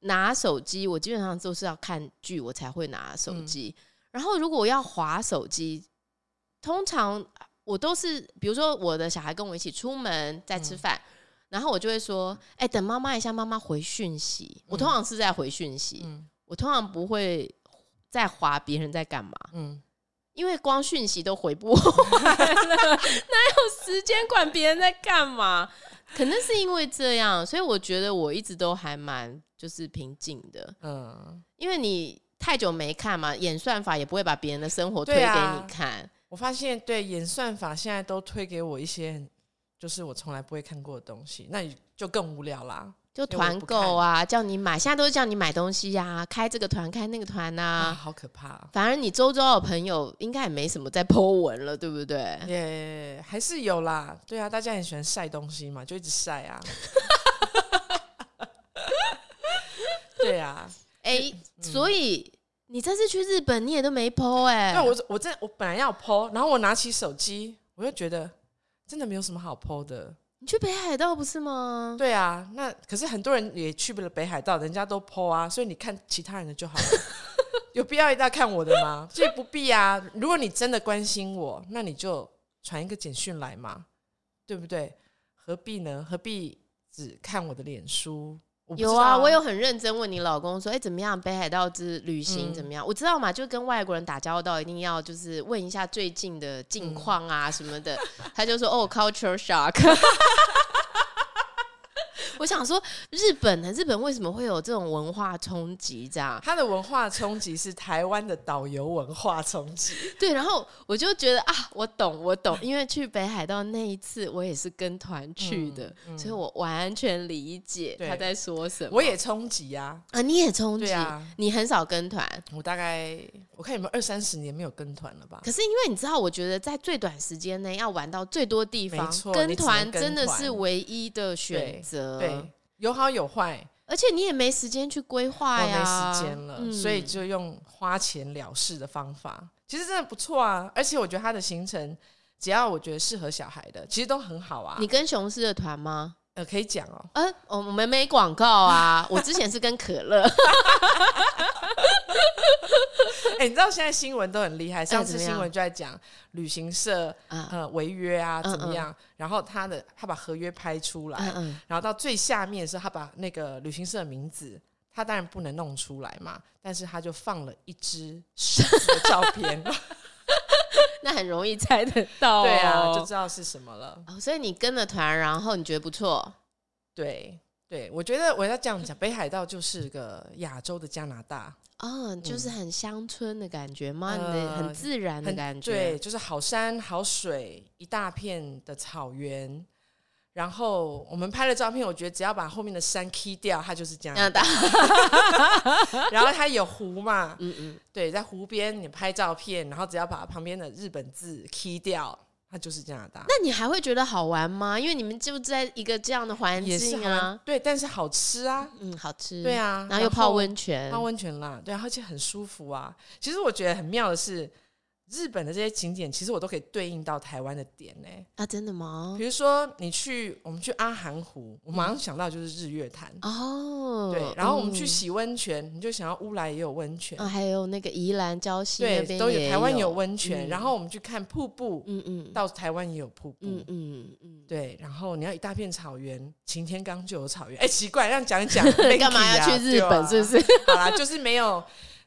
Speaker 2: 拿手机，我基本上都是要看剧我才会拿手机。然后如果我要划手机，通常我都是比如说我的小孩跟我一起出门在吃饭。然后我就会说：“哎、等妈妈一下，妈妈回讯息。”我通常是在回讯息，
Speaker 3: 嗯
Speaker 2: 我通常不会在划别人在干嘛，
Speaker 3: 嗯，
Speaker 2: 因为光讯息都回不完 了，哪有时间管别人在干嘛？可能是因为这样，所以我觉得我一直都还蛮就是平静的，
Speaker 3: 嗯，
Speaker 2: 因为你太久没看嘛，演算法也不会把别人的生活推给
Speaker 3: 对啊
Speaker 2: 你看。
Speaker 3: 我发现对演算法现在都推给我一些很，就是我从来不会看过的东西，那你就更无聊啦。
Speaker 2: 就团购啊，叫你买，现在都是叫你买东西呀、开这个团，开那个团
Speaker 3: 啊，
Speaker 2: 呐、
Speaker 3: 好可怕啊、
Speaker 2: 反而你周遭的朋友应该也没什么在 Po 文了，对不对？
Speaker 3: 也、还是有啦，对啊，大家很喜欢晒东西嘛，就一直晒啊。对啊，
Speaker 2: 哎、所以你这次去日本你也都没 PO 哎、
Speaker 3: 啊那我我真我本来要 PO，然后我拿起手机，我就觉得真的没有什么好 PO 的。
Speaker 2: 你去北海道不是吗？
Speaker 3: 对啊，那可是很多人也去不了北海道，人家都 PO 啊，所以你看其他人的就好了。有必要一定要看我的吗？所以不必啊。如果你真的关心我，那你就传一个简讯来嘛，对不对？何必呢？何必只看我的脸书？我不
Speaker 2: 有
Speaker 3: 知道
Speaker 2: 啊，我有很认真问你老公说，哎、怎么样？北海道之旅行
Speaker 3: 嗯
Speaker 2: 怎么样？我知道嘛，就跟外国人打交道，一定要就是问一下最近的
Speaker 3: 嗯
Speaker 2: 近况啊什么的。他就说，哦，culture shock。我想说，日本呢？日本为什么会有这种文化冲击？这样
Speaker 3: 他的文化冲击是台湾的导游文化冲击。
Speaker 2: 对，然后我就觉得啊，我懂，我懂，因为去北海道那一次，我也是跟团去的，所以我完全理解
Speaker 3: 嗯对
Speaker 2: 他在说 什么。
Speaker 3: 我也冲击啊！
Speaker 2: 啊，你也冲击，
Speaker 3: 对啊
Speaker 2: 你很少跟团，
Speaker 3: 我大概我看有没有二三十年没有跟团了吧？
Speaker 2: 可是因为你知道，我觉得在最短时间内要玩到最多地方
Speaker 3: 没，错
Speaker 2: 跟
Speaker 3: 你只能
Speaker 2: 团
Speaker 3: 跟
Speaker 2: 真的
Speaker 3: 团
Speaker 2: 是唯一的选择。
Speaker 3: 对，，有好有坏，
Speaker 2: 而且你也没时间去规
Speaker 3: 我
Speaker 2: 划
Speaker 3: 没
Speaker 2: 呀，
Speaker 3: 时间了，
Speaker 2: 嗯
Speaker 3: 所以就用花钱了事的方法，其实真的不错啊！而且我觉得他的行程，只要我觉得适合小孩的，其实都很好啊
Speaker 2: 你。跟雄狮的团吗？
Speaker 3: 呃，可以讲哦，
Speaker 2: 呃，我我们没广告啊，我之前是跟可 乐，
Speaker 3: 哎、你知道现在新闻都 很厉害，上
Speaker 2: 哎怎么
Speaker 3: 次新闻
Speaker 2: 样
Speaker 3: 就在讲旅行社
Speaker 2: 啊
Speaker 3: 呃违约啊
Speaker 2: 嗯
Speaker 3: 怎么
Speaker 2: 嗯
Speaker 3: 样，然后他的他把合约拍出来，
Speaker 2: 嗯嗯，
Speaker 3: 然后到最下面的时候，他把那个旅行社的名字，他当然不能弄出来嘛，但是他就放了一只狮子的照片，
Speaker 2: 那很容易猜得到、哦，
Speaker 3: 对啊，就知道是什么了。
Speaker 2: 哦，所以你跟了团，然后你觉得不错，
Speaker 3: 对对，我觉得我要这样讲，北海道就是个亚洲的加拿大，
Speaker 2: 哦，就是很乡村的感觉吗？
Speaker 3: 嗯呃
Speaker 2: 你的很自然的
Speaker 3: 很
Speaker 2: 感
Speaker 3: 对，
Speaker 2: 觉，
Speaker 3: 就是好山好水，一大片的草原。然后我们拍的照片，我觉得只要把后面的山 key 掉，它就是加拿
Speaker 2: 那
Speaker 3: 大。
Speaker 2: 大，
Speaker 3: 然后它有湖嘛，
Speaker 2: 嗯嗯，
Speaker 3: 对，在湖边你拍照片，然后只要把旁边的日本字 key 掉，它就是加拿大。
Speaker 2: 那你还会觉得好玩吗？因为你们就在一个这样的环
Speaker 3: 也是
Speaker 2: 境
Speaker 3: 好玩
Speaker 2: 啊，，
Speaker 3: 对，但是好吃啊，
Speaker 2: 嗯，好吃，
Speaker 3: 对，啊，
Speaker 2: 然后又泡温泉
Speaker 3: 泡，温泉啦，对啊，而且很舒服啊。其实我觉得很妙的是，日本的这些景点，其实我都可以对应到台湾的点呢、
Speaker 2: 啊，真的吗
Speaker 3: 比？如说你去，我们去阿寒湖，我马上想到就是日月潭。
Speaker 2: 嗯哦，
Speaker 3: 对，然后我们去
Speaker 2: 嗯
Speaker 3: 洗温泉，你就想要乌来也有温泉，
Speaker 2: 啊，还有那个宜兰礁溪那
Speaker 3: 对，
Speaker 2: 边
Speaker 3: 都
Speaker 2: 也
Speaker 3: 台湾有，温泉。
Speaker 2: 嗯
Speaker 3: 然后我们去看瀑布，
Speaker 2: 嗯嗯
Speaker 3: 到台湾也有瀑布，
Speaker 2: 嗯嗯嗯，，
Speaker 3: 对，然后你要一大片草原，擎天岗就有草原。哎、奇怪，让讲一讲
Speaker 2: 干嘛要去日本？是不
Speaker 3: 是？
Speaker 2: 是？
Speaker 3: 啊好啦，就是没有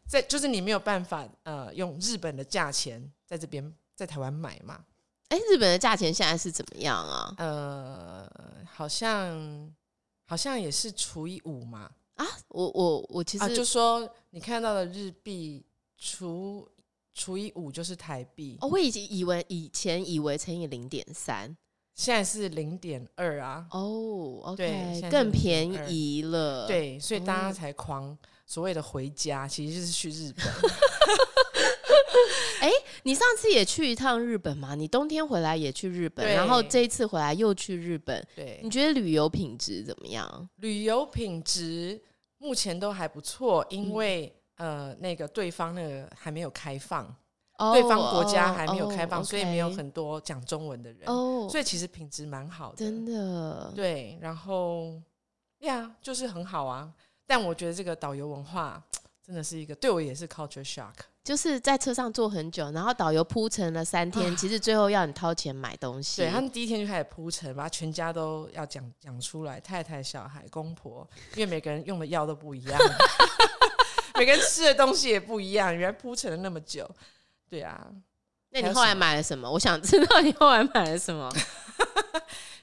Speaker 3: 在，就是你没有办法呃，用日本的价钱在这边在台湾买嘛。
Speaker 2: 哎，日本的价钱现在是怎么样啊？
Speaker 3: 呃，好像好像也是除以五嘛，
Speaker 2: 啊，我我我其
Speaker 3: 啊，
Speaker 2: 实
Speaker 3: 就说你看到的日币除除以五就是台币，
Speaker 2: 哦，我以前以为以前以为乘以零点三
Speaker 3: 现在是零点二啊。
Speaker 2: 哦
Speaker 3: 对现
Speaker 2: ，OK，
Speaker 3: 在是
Speaker 2: 更
Speaker 3: 0.2
Speaker 2: 便宜了。，
Speaker 3: 对，所以大家
Speaker 2: 嗯
Speaker 3: 才狂所谓的回家，其实就是去日本。
Speaker 2: 你上次也去一趟日本嘛？你冬天回来也去日本，
Speaker 3: 对
Speaker 2: 然后这一次回来又去日本，
Speaker 3: 对，
Speaker 2: 你觉得旅游品质怎么样？
Speaker 3: 旅游品质目前都还不错，因为、
Speaker 2: 嗯
Speaker 3: 呃，那个对方那个还没有开放，
Speaker 2: 哦
Speaker 3: 对方国家还没有开放，
Speaker 2: 哦
Speaker 3: 所以没有
Speaker 2: OK
Speaker 3: 很多讲中文的人，
Speaker 2: 哦，
Speaker 3: 所以其实品质蛮好的，
Speaker 2: 真的
Speaker 3: 对。然后呀，就是很好啊。但我觉得这个导游文化真的是一个对我也是 culture shock。
Speaker 2: 就是在车上坐很久，然后导游铺陈了三天，其实最后要你掏钱买东西。
Speaker 3: 啊对他们第一天就开始铺陈，把全家都要讲讲出来，太太、小孩、公婆，因为每个人用的药都不一样， 每个人吃的东西也不一样，原来铺陈了那么久。对啊，
Speaker 2: 那
Speaker 3: 还
Speaker 2: 你
Speaker 3: 有
Speaker 2: 后来
Speaker 3: 什么
Speaker 2: 买了什么？我想知道你后来买了什 么。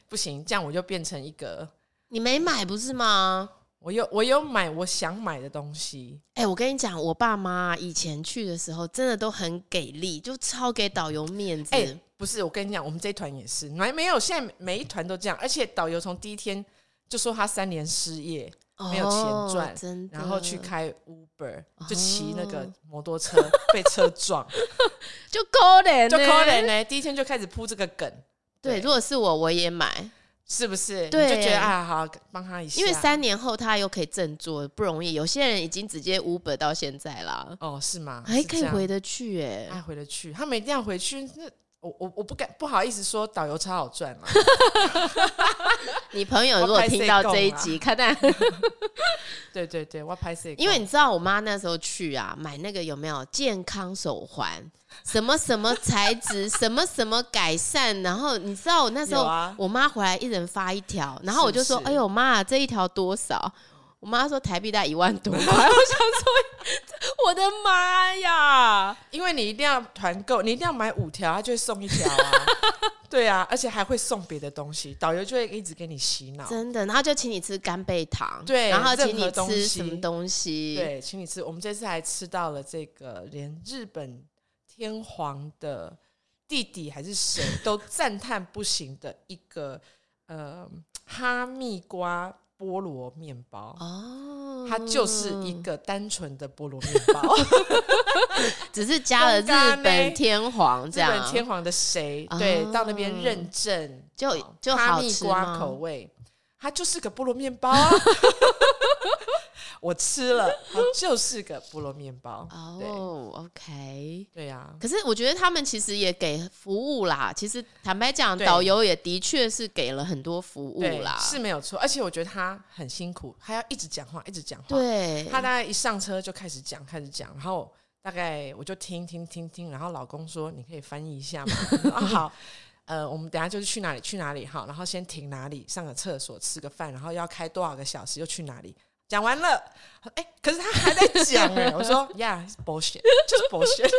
Speaker 3: 不行，这样我就变成一个，
Speaker 2: 你没买不是吗？
Speaker 3: 我有我有买我想买的东西，
Speaker 2: 哎、我跟你讲，我爸妈以前去的时候，真的都很给力，就超给导游面子。
Speaker 3: 哎、不是，我跟你讲，我们这一团也是，没没有，现在每一团都这样，而且导游从第一天就说他三年失业，没有钱赚
Speaker 2: 哦真的。
Speaker 3: 然后去，开 Uber，就骑那个
Speaker 2: 哦
Speaker 3: 摩托车被车撞，
Speaker 2: 就可怜、
Speaker 3: 欸就可能。呢，第一天就开始铺这个梗。
Speaker 2: 对，
Speaker 3: 对
Speaker 2: 如果是我，我也买。
Speaker 3: 是不是？
Speaker 2: 对
Speaker 3: 你就觉得啊，好帮他一下，
Speaker 2: 因为三年后他又可以振作，不容易。有些人已经直接 Uber 到现在啦，
Speaker 3: 哦是吗？
Speaker 2: 还
Speaker 3: 是
Speaker 2: 哎可以
Speaker 3: 这样
Speaker 2: 回得去哎、
Speaker 3: 哎，回得去，他们一定要回去。那我我我不敢不好意思说导游超好 赚嘛，
Speaker 2: 你朋友如果听到这一集，看到，
Speaker 3: 对对对，我拍摄，
Speaker 2: 因为你知道我妈那时候去啊，买那个有没有健康手环，什么什么材质，什么什么改善，然后你知道我那时候、
Speaker 3: 有啊
Speaker 2: 我妈回来一人发一条，然后我就说，
Speaker 3: 是不
Speaker 2: 哎
Speaker 3: 是
Speaker 2: 呦妈，这一条多少？我妈说台币大概一万多 块，我想说，我的妈呀！
Speaker 3: 因为你一定要团购，你一定要买五条，他就会送一条 啊，对啊，而且还会送别的东西，导游就会一直给你洗脑，
Speaker 2: 真的，然后就请你吃干贝糖，
Speaker 3: 对
Speaker 2: 然后
Speaker 3: 任
Speaker 2: 请
Speaker 3: 何
Speaker 2: 你
Speaker 3: 东
Speaker 2: 吃
Speaker 3: 西
Speaker 2: 什么东西，，
Speaker 3: 对，请你吃。我们这次还吃到了这个，连日本天皇的弟弟还是谁都赞叹不行的一个呃哈密瓜菠萝面包。
Speaker 2: 哦，
Speaker 3: 它就是一个单纯的菠萝面 包，
Speaker 2: 只是加了日本天皇这
Speaker 3: 日本
Speaker 2: 样，
Speaker 3: 天皇的谁？对，
Speaker 2: 哦
Speaker 3: 到那边认证，
Speaker 2: 就
Speaker 3: 哦
Speaker 2: 就
Speaker 3: 哈
Speaker 2: 好
Speaker 3: 密
Speaker 2: 吃
Speaker 3: 瓜
Speaker 2: 吗
Speaker 3: 口味，它就是个菠萝面包啊！ 我吃了，它就是个菠萝面包。对
Speaker 2: 哦，OK。
Speaker 3: 对啊呀、
Speaker 2: 可是我觉得他们其实也给服务啦。其实坦白讲，
Speaker 3: 对
Speaker 2: 导游也的确是给了很多服务
Speaker 3: 对
Speaker 2: 啦。
Speaker 3: 是没有错。而且我觉得他很辛苦，他要一直讲话，一直讲话。，
Speaker 2: 对，
Speaker 3: 他大概一上车就开始讲，开始讲，然后大概我就听听听听，然后老公说：“你可以翻译一下吗？” 啊，好。呃，我们等一下就是去哪里去哪里好，然后先停哪里，上个厕所，吃个饭，然后要开多少个小时，又去哪里？讲完了，哎、可是他还在讲哎、我说 Yeah，it's bullshit，就是 bullshit，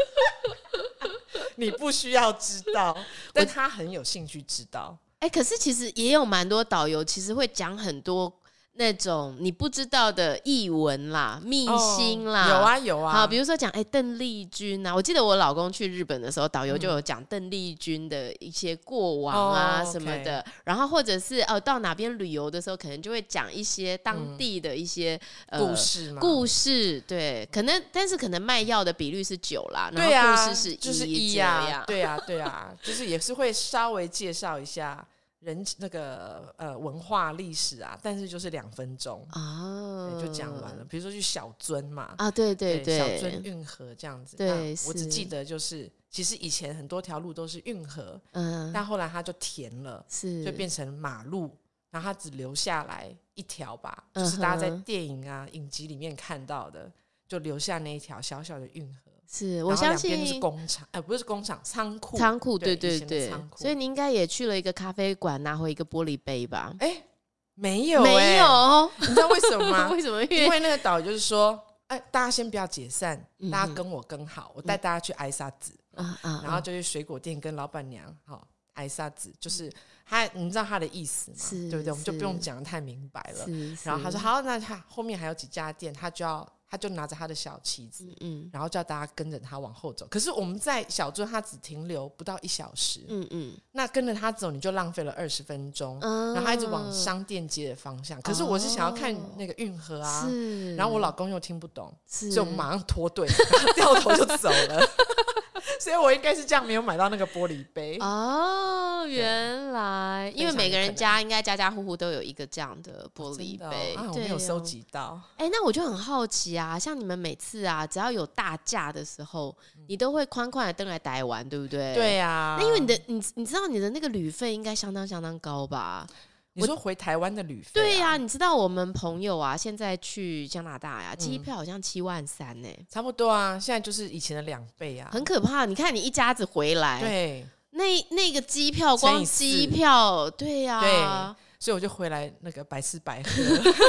Speaker 3: 你不需要知道，但他很有兴趣知道。
Speaker 2: 哎、可是其实也有蛮多导游其实会讲很多那种你不知道的译文啦、秘辛啦，
Speaker 3: 有啊有啊，
Speaker 2: 好，比如说讲哎邓丽君啊，我记得我老公去日本的时候，导游就有讲邓丽君的一些过往啊
Speaker 3: 哦，OK
Speaker 2: 什么的，然后或者是哦到哪边旅游的时候，可能就会讲一些当地的一些、呃
Speaker 3: 嗯故。事嘛，
Speaker 2: 故事对，可能但是可能卖药的比率是九啦，
Speaker 3: 对
Speaker 2: 然
Speaker 3: 啊，
Speaker 2: 后故事
Speaker 3: 就是
Speaker 2: 一
Speaker 3: 一
Speaker 2: 这
Speaker 3: 呀
Speaker 2: 样，，
Speaker 3: 对啊，对啊， 就是也是会稍微介绍一下人那个呃文化历史啊，但是就是两分钟、
Speaker 2: 啊
Speaker 3: 对就讲完了。比如说去小樽嘛，
Speaker 2: 啊，对对
Speaker 3: 小樽运河这样子。
Speaker 2: 对
Speaker 3: 那我只
Speaker 2: 是
Speaker 3: 记得就是，其实以前很多条路都是运河，
Speaker 2: 嗯，
Speaker 3: 但后来它就填了，
Speaker 2: 是
Speaker 3: 就变成马路。然后它只留下来一条吧，
Speaker 2: 嗯
Speaker 3: 就是大家在
Speaker 2: 哼
Speaker 3: 电影啊、影集里面看到的，就留下那一条小小的运河。
Speaker 2: 是，
Speaker 3: 然
Speaker 2: 我
Speaker 3: 后
Speaker 2: 相
Speaker 3: 两边
Speaker 2: 信
Speaker 3: 就是工厂，哎、不是工厂，仓库，
Speaker 2: 仓库，对
Speaker 3: 以
Speaker 2: 对
Speaker 3: 前的
Speaker 2: 对
Speaker 3: 仓，库。
Speaker 2: 所以你应该也去了一个咖啡馆，拿回一个玻璃杯吧？
Speaker 3: 哎、没有、
Speaker 2: 没有，
Speaker 3: 哎
Speaker 2: 哦，
Speaker 3: 你知道为 什么吗？
Speaker 2: 为什么？
Speaker 3: 因为那个导游就是说，哎、大家先不要解散，
Speaker 2: 嗯
Speaker 3: 大家跟我跟好，我带大家去挨沙子，
Speaker 2: 啊啊，
Speaker 3: 然后就去水果店跟老板娘好。挨沙子就是他，你知道他的意思
Speaker 2: 嗯是
Speaker 3: 嘛？对不对？我们就不
Speaker 2: 是
Speaker 3: 用讲的太明白了。
Speaker 2: 是，是
Speaker 3: 然后他说：“，好，那他后面还有几家店，他就要他就拿着他的小旗子，
Speaker 2: 嗯
Speaker 3: 然后叫大家跟着他往后走。可是我们在小樽，他只停留不到一小时，
Speaker 2: 嗯嗯
Speaker 3: 那跟着他走，你就浪费了二十分钟。
Speaker 2: 嗯，
Speaker 3: 然后他一直往商店街的方向，可是我是想要看那个运河啊。
Speaker 2: 是，
Speaker 3: 然后我老公又听不懂，
Speaker 2: 哦是
Speaker 3: 所以我们马上脱队， 然后掉头就走了。 所以我应该是这样没有买到那个玻璃杯。
Speaker 2: 哦，原来因为
Speaker 3: 非常
Speaker 2: 每个
Speaker 3: 有可
Speaker 2: 人
Speaker 3: 能
Speaker 2: 家应该家家户户都有一个这样的玻璃
Speaker 3: 真的哦
Speaker 2: 杯
Speaker 3: 啊，，我
Speaker 2: 对
Speaker 3: 没有
Speaker 2: 哦
Speaker 3: 收。集到。
Speaker 2: 哎，那我就很好奇啊，像你们每次啊，只要有大假的时候，你都会宽宽的登来台湾，对不对？。
Speaker 3: 嗯对啊呀，
Speaker 2: 那因为你的你你知道你的那个旅费应该相当相当高吧？
Speaker 3: 你说回台湾的旅费，啊
Speaker 2: 对啊呀、
Speaker 3: 呀，
Speaker 2: 你知道我们朋友啊，现在去加拿大
Speaker 3: 嗯
Speaker 2: 呀、机票好像七万三呢、
Speaker 3: 差不多啊，现在就是以前的两倍啊。
Speaker 2: 很可怕。你看你一家子回来，
Speaker 3: 对，
Speaker 2: 那那个机票
Speaker 3: 乘以
Speaker 2: 光
Speaker 3: 四
Speaker 2: 机票，对呀、
Speaker 3: 对，所以我就回来那个白吃白喝，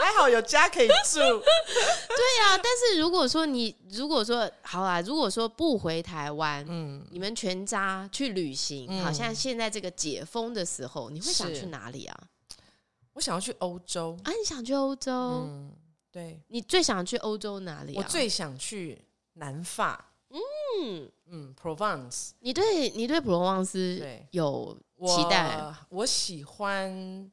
Speaker 3: 还好有家可以住。
Speaker 2: 对啊呀、但是如果说你如果说好啦，如果说不回台湾，
Speaker 3: 嗯，
Speaker 2: 你们全家去旅行，
Speaker 3: 嗯
Speaker 2: 好像现在这个解封的时候，你会想
Speaker 3: 是
Speaker 2: 去哪里啊？
Speaker 3: 我想要去欧洲，
Speaker 2: 啊，你想去欧洲？
Speaker 3: 嗯，对，
Speaker 2: 你最想去欧洲哪里、啊？
Speaker 3: 我最想去南法，
Speaker 2: 嗯，
Speaker 3: 嗯，Provence。
Speaker 2: 你对你对普罗旺斯
Speaker 3: 对，
Speaker 2: 有
Speaker 3: 我
Speaker 2: 期待？
Speaker 3: 我喜欢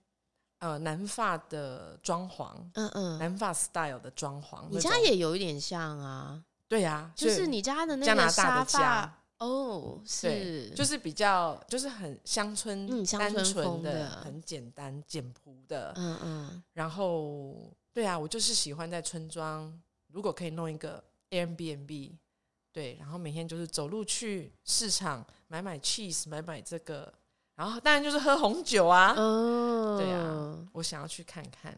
Speaker 3: 呃南法的装潢，
Speaker 2: 嗯嗯，
Speaker 3: 南法 style 的装潢
Speaker 2: 你
Speaker 3: 那种。
Speaker 2: 家也有一点像啊，
Speaker 3: 对呀、啊，
Speaker 2: 就
Speaker 3: 所
Speaker 2: 是
Speaker 3: 以
Speaker 2: 你家的那
Speaker 3: 加拿
Speaker 2: 个
Speaker 3: 大
Speaker 2: 沙
Speaker 3: 的
Speaker 2: 发
Speaker 3: 家，
Speaker 2: 哦，
Speaker 3: 对
Speaker 2: 是，，
Speaker 3: 就是比较就是很乡村、
Speaker 2: 嗯乡
Speaker 3: 单
Speaker 2: 村
Speaker 3: 纯
Speaker 2: 风
Speaker 3: 的、
Speaker 2: 的
Speaker 3: 很简单简朴的。
Speaker 2: 嗯嗯，
Speaker 3: 然后，对啊，我就是喜欢在村庄，如果可以弄一个 Airbnb，对，然后每天就是走路去市场买买 cheese，买买这个，然后当然就是喝红酒啊。
Speaker 2: 哦，
Speaker 3: 对啊，我想要去看看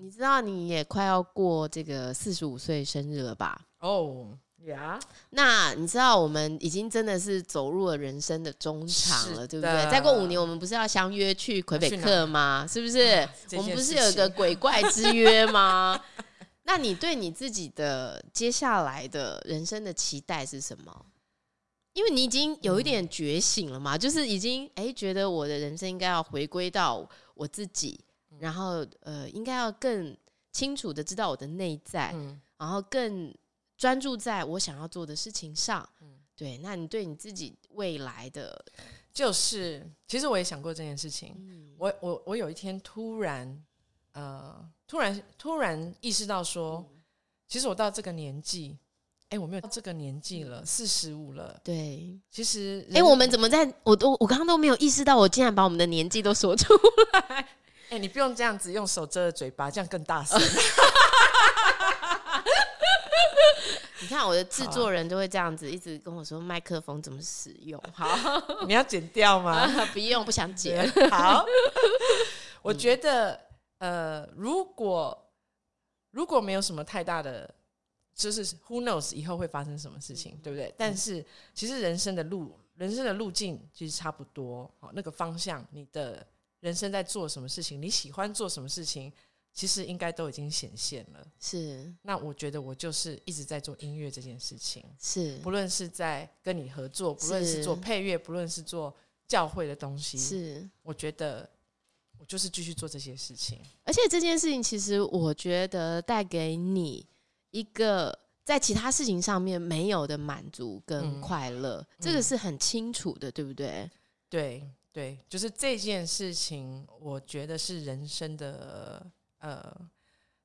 Speaker 2: 你知道你也快要过这个四十五岁生日了吧？
Speaker 3: 哦呀，
Speaker 2: 那你知道我们已经真的是走入了人生的中场
Speaker 3: 是
Speaker 2: 了，
Speaker 3: 的
Speaker 2: 对不对？再过五年，我们不是要相约去魁北克吗？是不 是？
Speaker 3: 啊这件
Speaker 2: 我们不是
Speaker 3: 事
Speaker 2: 有一个
Speaker 3: 情
Speaker 2: 鬼怪之约 吗？那你对你自己的接下来的人生的期待是什么？因为你已经
Speaker 3: 嗯
Speaker 2: 有一点觉醒了嘛，就是已经哎觉得我的人生应该要回归到我自己，
Speaker 3: 嗯
Speaker 2: 然后呃应该要更清楚的知道我的内在，
Speaker 3: 嗯，
Speaker 2: 然后更专注在我想要做的事情上。
Speaker 3: 嗯
Speaker 2: 对，那你对你自己未来的，
Speaker 3: 就是其实我也想过这件事情，
Speaker 2: 嗯
Speaker 3: 我我我有一天突然，呃，突然突然意识到
Speaker 2: 嗯
Speaker 3: 说，其实我到这个年纪，哎，我没有到这个年纪了，四十五了。
Speaker 2: 对，
Speaker 3: 其实，
Speaker 2: 哎、我们怎么在我都我刚刚都没有意识到，我竟然把我们的年纪都说出，
Speaker 3: 哎，你不用这样子用手遮着嘴巴，这样更大声。
Speaker 2: 你看我的制作人就会这样子一直跟我说麦克风怎么使用，好，啊
Speaker 3: 你要剪 掉吗？
Speaker 2: 不用不想解，
Speaker 3: 好， 我觉得，呃，如果如果没有什么太大的，就是 who knows 以后会发生什么事情，对不对？但是其实人生的路，人生的路径其实差不多，好，那个方向，你的人生在做什么事情，你喜欢做什么事情，其实应该都已经显现了。
Speaker 2: 是
Speaker 3: 那我觉得我就是一直在做音乐这件事情，
Speaker 2: 是
Speaker 3: 不论是在跟你合作，不论是
Speaker 2: 是
Speaker 3: 做配乐，不论是做教会的东西，
Speaker 2: 是，
Speaker 3: 我觉得我就是继续做这些事情。
Speaker 2: 而且这件事情其实我觉得带给你一个在其他事情上面没有的满足跟
Speaker 3: 嗯
Speaker 2: 快乐，这个
Speaker 3: 嗯
Speaker 2: 是很清楚的，对不对？
Speaker 3: 对对，就是这件事情，我觉得是人生的呃，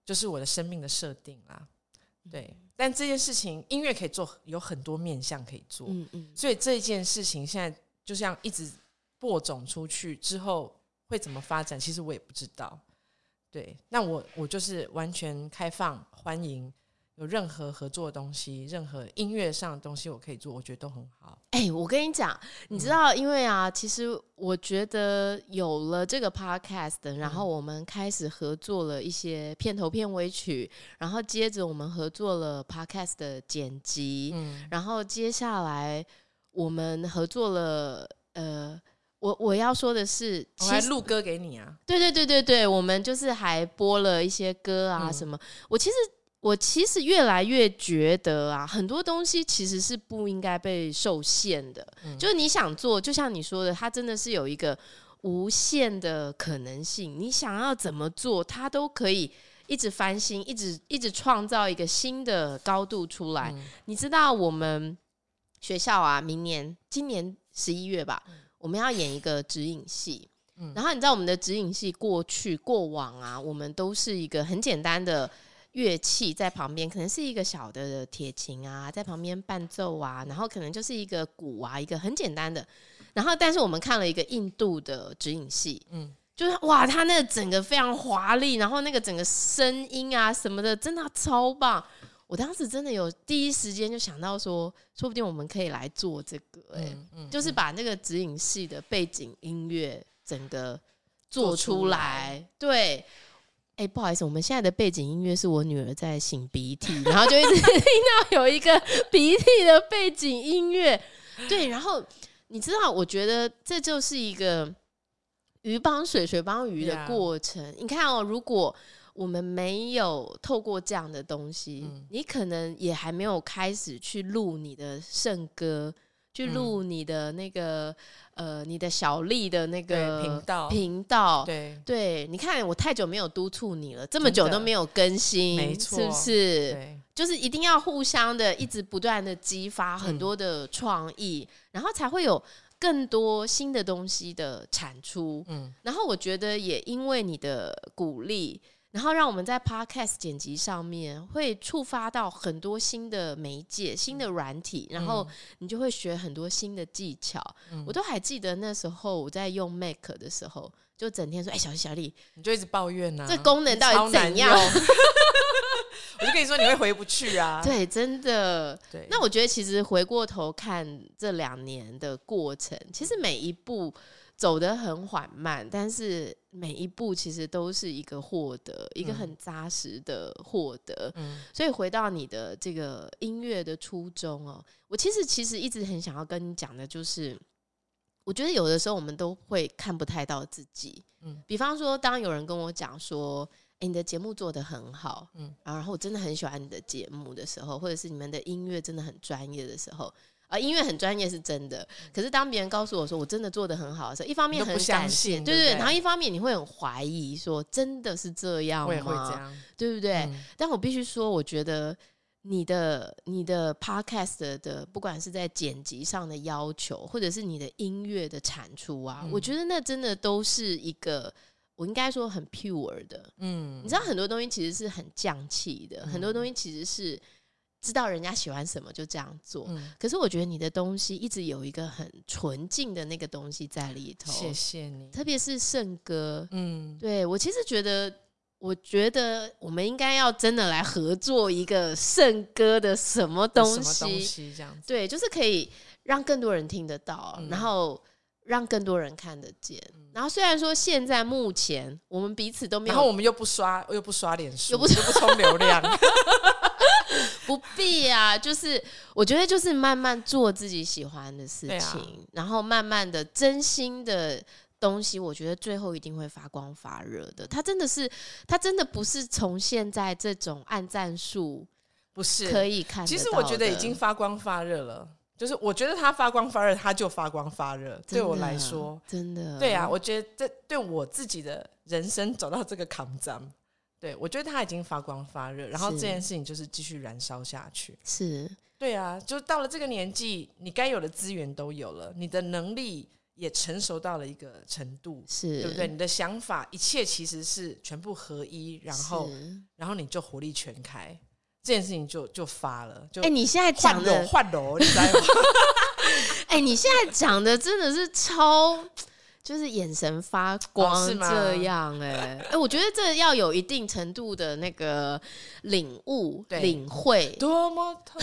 Speaker 3: 就是我的生命的设定啦。对，
Speaker 2: 嗯
Speaker 3: 但这件事情音乐可以做有很多面向可以做，
Speaker 2: 嗯嗯，
Speaker 3: 所以这件事情现在就像一直播种出去之后会怎么发展，其实我也不知道。对，那我我就是完全开放欢迎有任何合作的东西，任何音乐上的东西我可以做，我觉得都很好。
Speaker 2: 哎、我跟你讲，你
Speaker 3: 嗯
Speaker 2: 知道，因为啊，其实我觉得有了这个 podcast，然
Speaker 3: 嗯
Speaker 2: 后我们开始合作了一些片头片尾曲，然后接着我们合作了 podcast 的剪辑，
Speaker 3: 嗯
Speaker 2: 然后接下来我们合作了，呃，我我要说的是，
Speaker 3: 我
Speaker 2: 其
Speaker 3: 还
Speaker 2: 实
Speaker 3: 录歌给你啊，
Speaker 2: 对对对对对，我们就是还播了一些歌啊
Speaker 3: 嗯
Speaker 2: 什么。我其实我其实越来越觉得啊，很多东西其实是不应该被受限的。
Speaker 3: 嗯
Speaker 2: 就是你想做，就像你说的，它真的是有一个无限的可能性。你想要怎么做，它都可以。一直翻新，一直一直创造一个新的高度出来。
Speaker 3: 嗯
Speaker 2: 你知道我们学校啊，明年今年十一月吧，我们要演一个指引戏。
Speaker 3: 嗯
Speaker 2: 然后你知道我们的指引戏过去过往啊，我们都是一个很简单的乐器在旁边，可能是一个小的铁琴啊，在旁边伴奏啊，然后可能就是一个鼓啊，一个很简单的。然后，但是我们看了一个印度的指引戏，
Speaker 3: 嗯
Speaker 2: 就是哇，他那个整个非常华丽，然后那个整个声音啊什么的，真的超棒。我当时真的有第一时间就想到说，说不定我们可以来做这个、欸，
Speaker 3: 嗯嗯，
Speaker 2: 就是把那个指引系的背景音乐整个做出来。
Speaker 3: 做出来
Speaker 2: 对，哎、不好意思，我们现在的背景音乐是我女儿在擤鼻涕，然后就一直 听到有一个鼻涕的背景音乐。对，然后你知道，我觉得这就是一个鱼帮水，水帮鱼的
Speaker 3: Yeah
Speaker 2: 过程。你看哦，如果我们没有透过这样的东西，
Speaker 3: 嗯
Speaker 2: 你可能也还没有开始去录你的圣歌，去
Speaker 3: 嗯
Speaker 2: 录你的那个、呃，你的小丽的那个
Speaker 3: 对频道
Speaker 2: 频道。
Speaker 3: 对
Speaker 2: 对你看我太久没有督促你了，这么久
Speaker 3: 真的
Speaker 2: 都没有更新，
Speaker 3: 没错
Speaker 2: 是不是？
Speaker 3: 对
Speaker 2: 就是一定要互相的，一直不断的激发很
Speaker 3: 嗯
Speaker 2: 多的创意，然后才会有更多新的东西的产出。
Speaker 3: 嗯
Speaker 2: 然后我觉得也因为你的鼓励，然后让我们在 podcast 剪辑上面会触发到很多新的媒
Speaker 3: 嗯
Speaker 2: 介、新的软体，然后你就会学很多新的技巧。
Speaker 3: 嗯
Speaker 2: 我都还记得那时候我在用 Mac 的时候，就整天说：“哎、小丽，小丽，
Speaker 3: 你就一直抱怨呐、啊，
Speaker 2: 这功能到底怎样
Speaker 3: 超难用？”我就跟你说，你会回不去啊。
Speaker 2: 对，真的。
Speaker 3: 对，
Speaker 2: 那我觉得，其实回过头看这两年的过程，其实每一步走得很缓慢，但是每一步其实都是一个获得，一个很扎实的获得。
Speaker 3: 嗯
Speaker 2: 所以回到你的这个音乐的初衷哦，我其实其实一直很想要跟你讲的，就是我觉得有的时候我们都会看不太到自己。
Speaker 3: 嗯
Speaker 2: 比方说，当有人跟我讲说。诶你的节目做得很好，嗯
Speaker 3: 嗯，
Speaker 2: 然后我真的很喜欢你的节目的时候，或者是你们的音乐真的很专业的时候，啊、音乐很专业是真的。可是当别人告诉我说我真的做得很好的时候，一方面
Speaker 3: 嗯你都
Speaker 2: 很
Speaker 3: 不
Speaker 2: 感
Speaker 3: 相
Speaker 2: 谢，
Speaker 3: 信
Speaker 2: 对
Speaker 3: 对不
Speaker 2: 对，
Speaker 3: 对
Speaker 2: 然后一方面你会很怀疑说真的是这样吗？
Speaker 3: 我也会这样。
Speaker 2: 对不对？
Speaker 3: 嗯
Speaker 2: 但我必须说，我觉得你的你的 podcast 的的，不管是在剪辑上的要求，或者是你的音乐的产出啊，
Speaker 3: 嗯
Speaker 2: 我觉得那真的都是一个，我应该说很 pure 的。
Speaker 3: 嗯，
Speaker 2: 你知道很多东西其实是很匠气的，很多东西其实是知道人家喜欢什么就这样做。
Speaker 3: 嗯，
Speaker 2: 可是我觉得你的东西一直有一个很纯净的那个东西在里头，
Speaker 3: 谢谢你。
Speaker 2: 特别是圣歌，
Speaker 3: 嗯，
Speaker 2: 对我其实觉得，我觉得我们应该要真的来合作一个圣歌的什么东
Speaker 3: 什
Speaker 2: 西，
Speaker 3: 么东西这样子？
Speaker 2: 对，就是可以让更多人听得到，
Speaker 3: 嗯
Speaker 2: 然后让更多人看得见。然后虽然说现在目前我们彼此都没
Speaker 3: 然后
Speaker 2: 有
Speaker 3: 我们又不刷，又不刷脸书，
Speaker 2: 又不
Speaker 3: 又不充 流量。
Speaker 2: 不必啊，就是我觉得就是慢慢做自己喜欢的事
Speaker 3: 对啊
Speaker 2: 情，然后慢慢的真心的。东西我觉得最后一定会发光发热的，它真的是，它真的不是从现在这种按赞数
Speaker 3: 不是，
Speaker 2: 可以看得到的。
Speaker 3: 其实我觉得已经发光发热了，就是我觉得它发光发热，它就发光发热。
Speaker 2: 真的
Speaker 3: 对我来说，
Speaker 2: 真的
Speaker 3: 对啊，，我觉得这对我自己的人生走到这个坎站，对我觉得它已经发光发热，然后
Speaker 2: 是
Speaker 3: 这件事情就是继续燃烧下去。
Speaker 2: 是
Speaker 3: 对啊，就到了这个年纪，你该有的资源都有了，你的能力也成熟到了一个程度，
Speaker 2: 是，
Speaker 3: 对不对？？你的想法，一切其实是全部合一，然后然后你就活力全开，这件事情就就发了，就
Speaker 2: 哎、你现在
Speaker 3: 换
Speaker 2: 讲
Speaker 3: 楼
Speaker 2: 的，
Speaker 3: 换楼，你知道吗？
Speaker 2: 哎、你现在讲的真的是超，就是眼神发光、
Speaker 3: 哦是吗
Speaker 2: 这样哎、哎、我觉得这要有一定程度的那个领悟、
Speaker 3: 对
Speaker 2: 领会。
Speaker 3: 多么痛！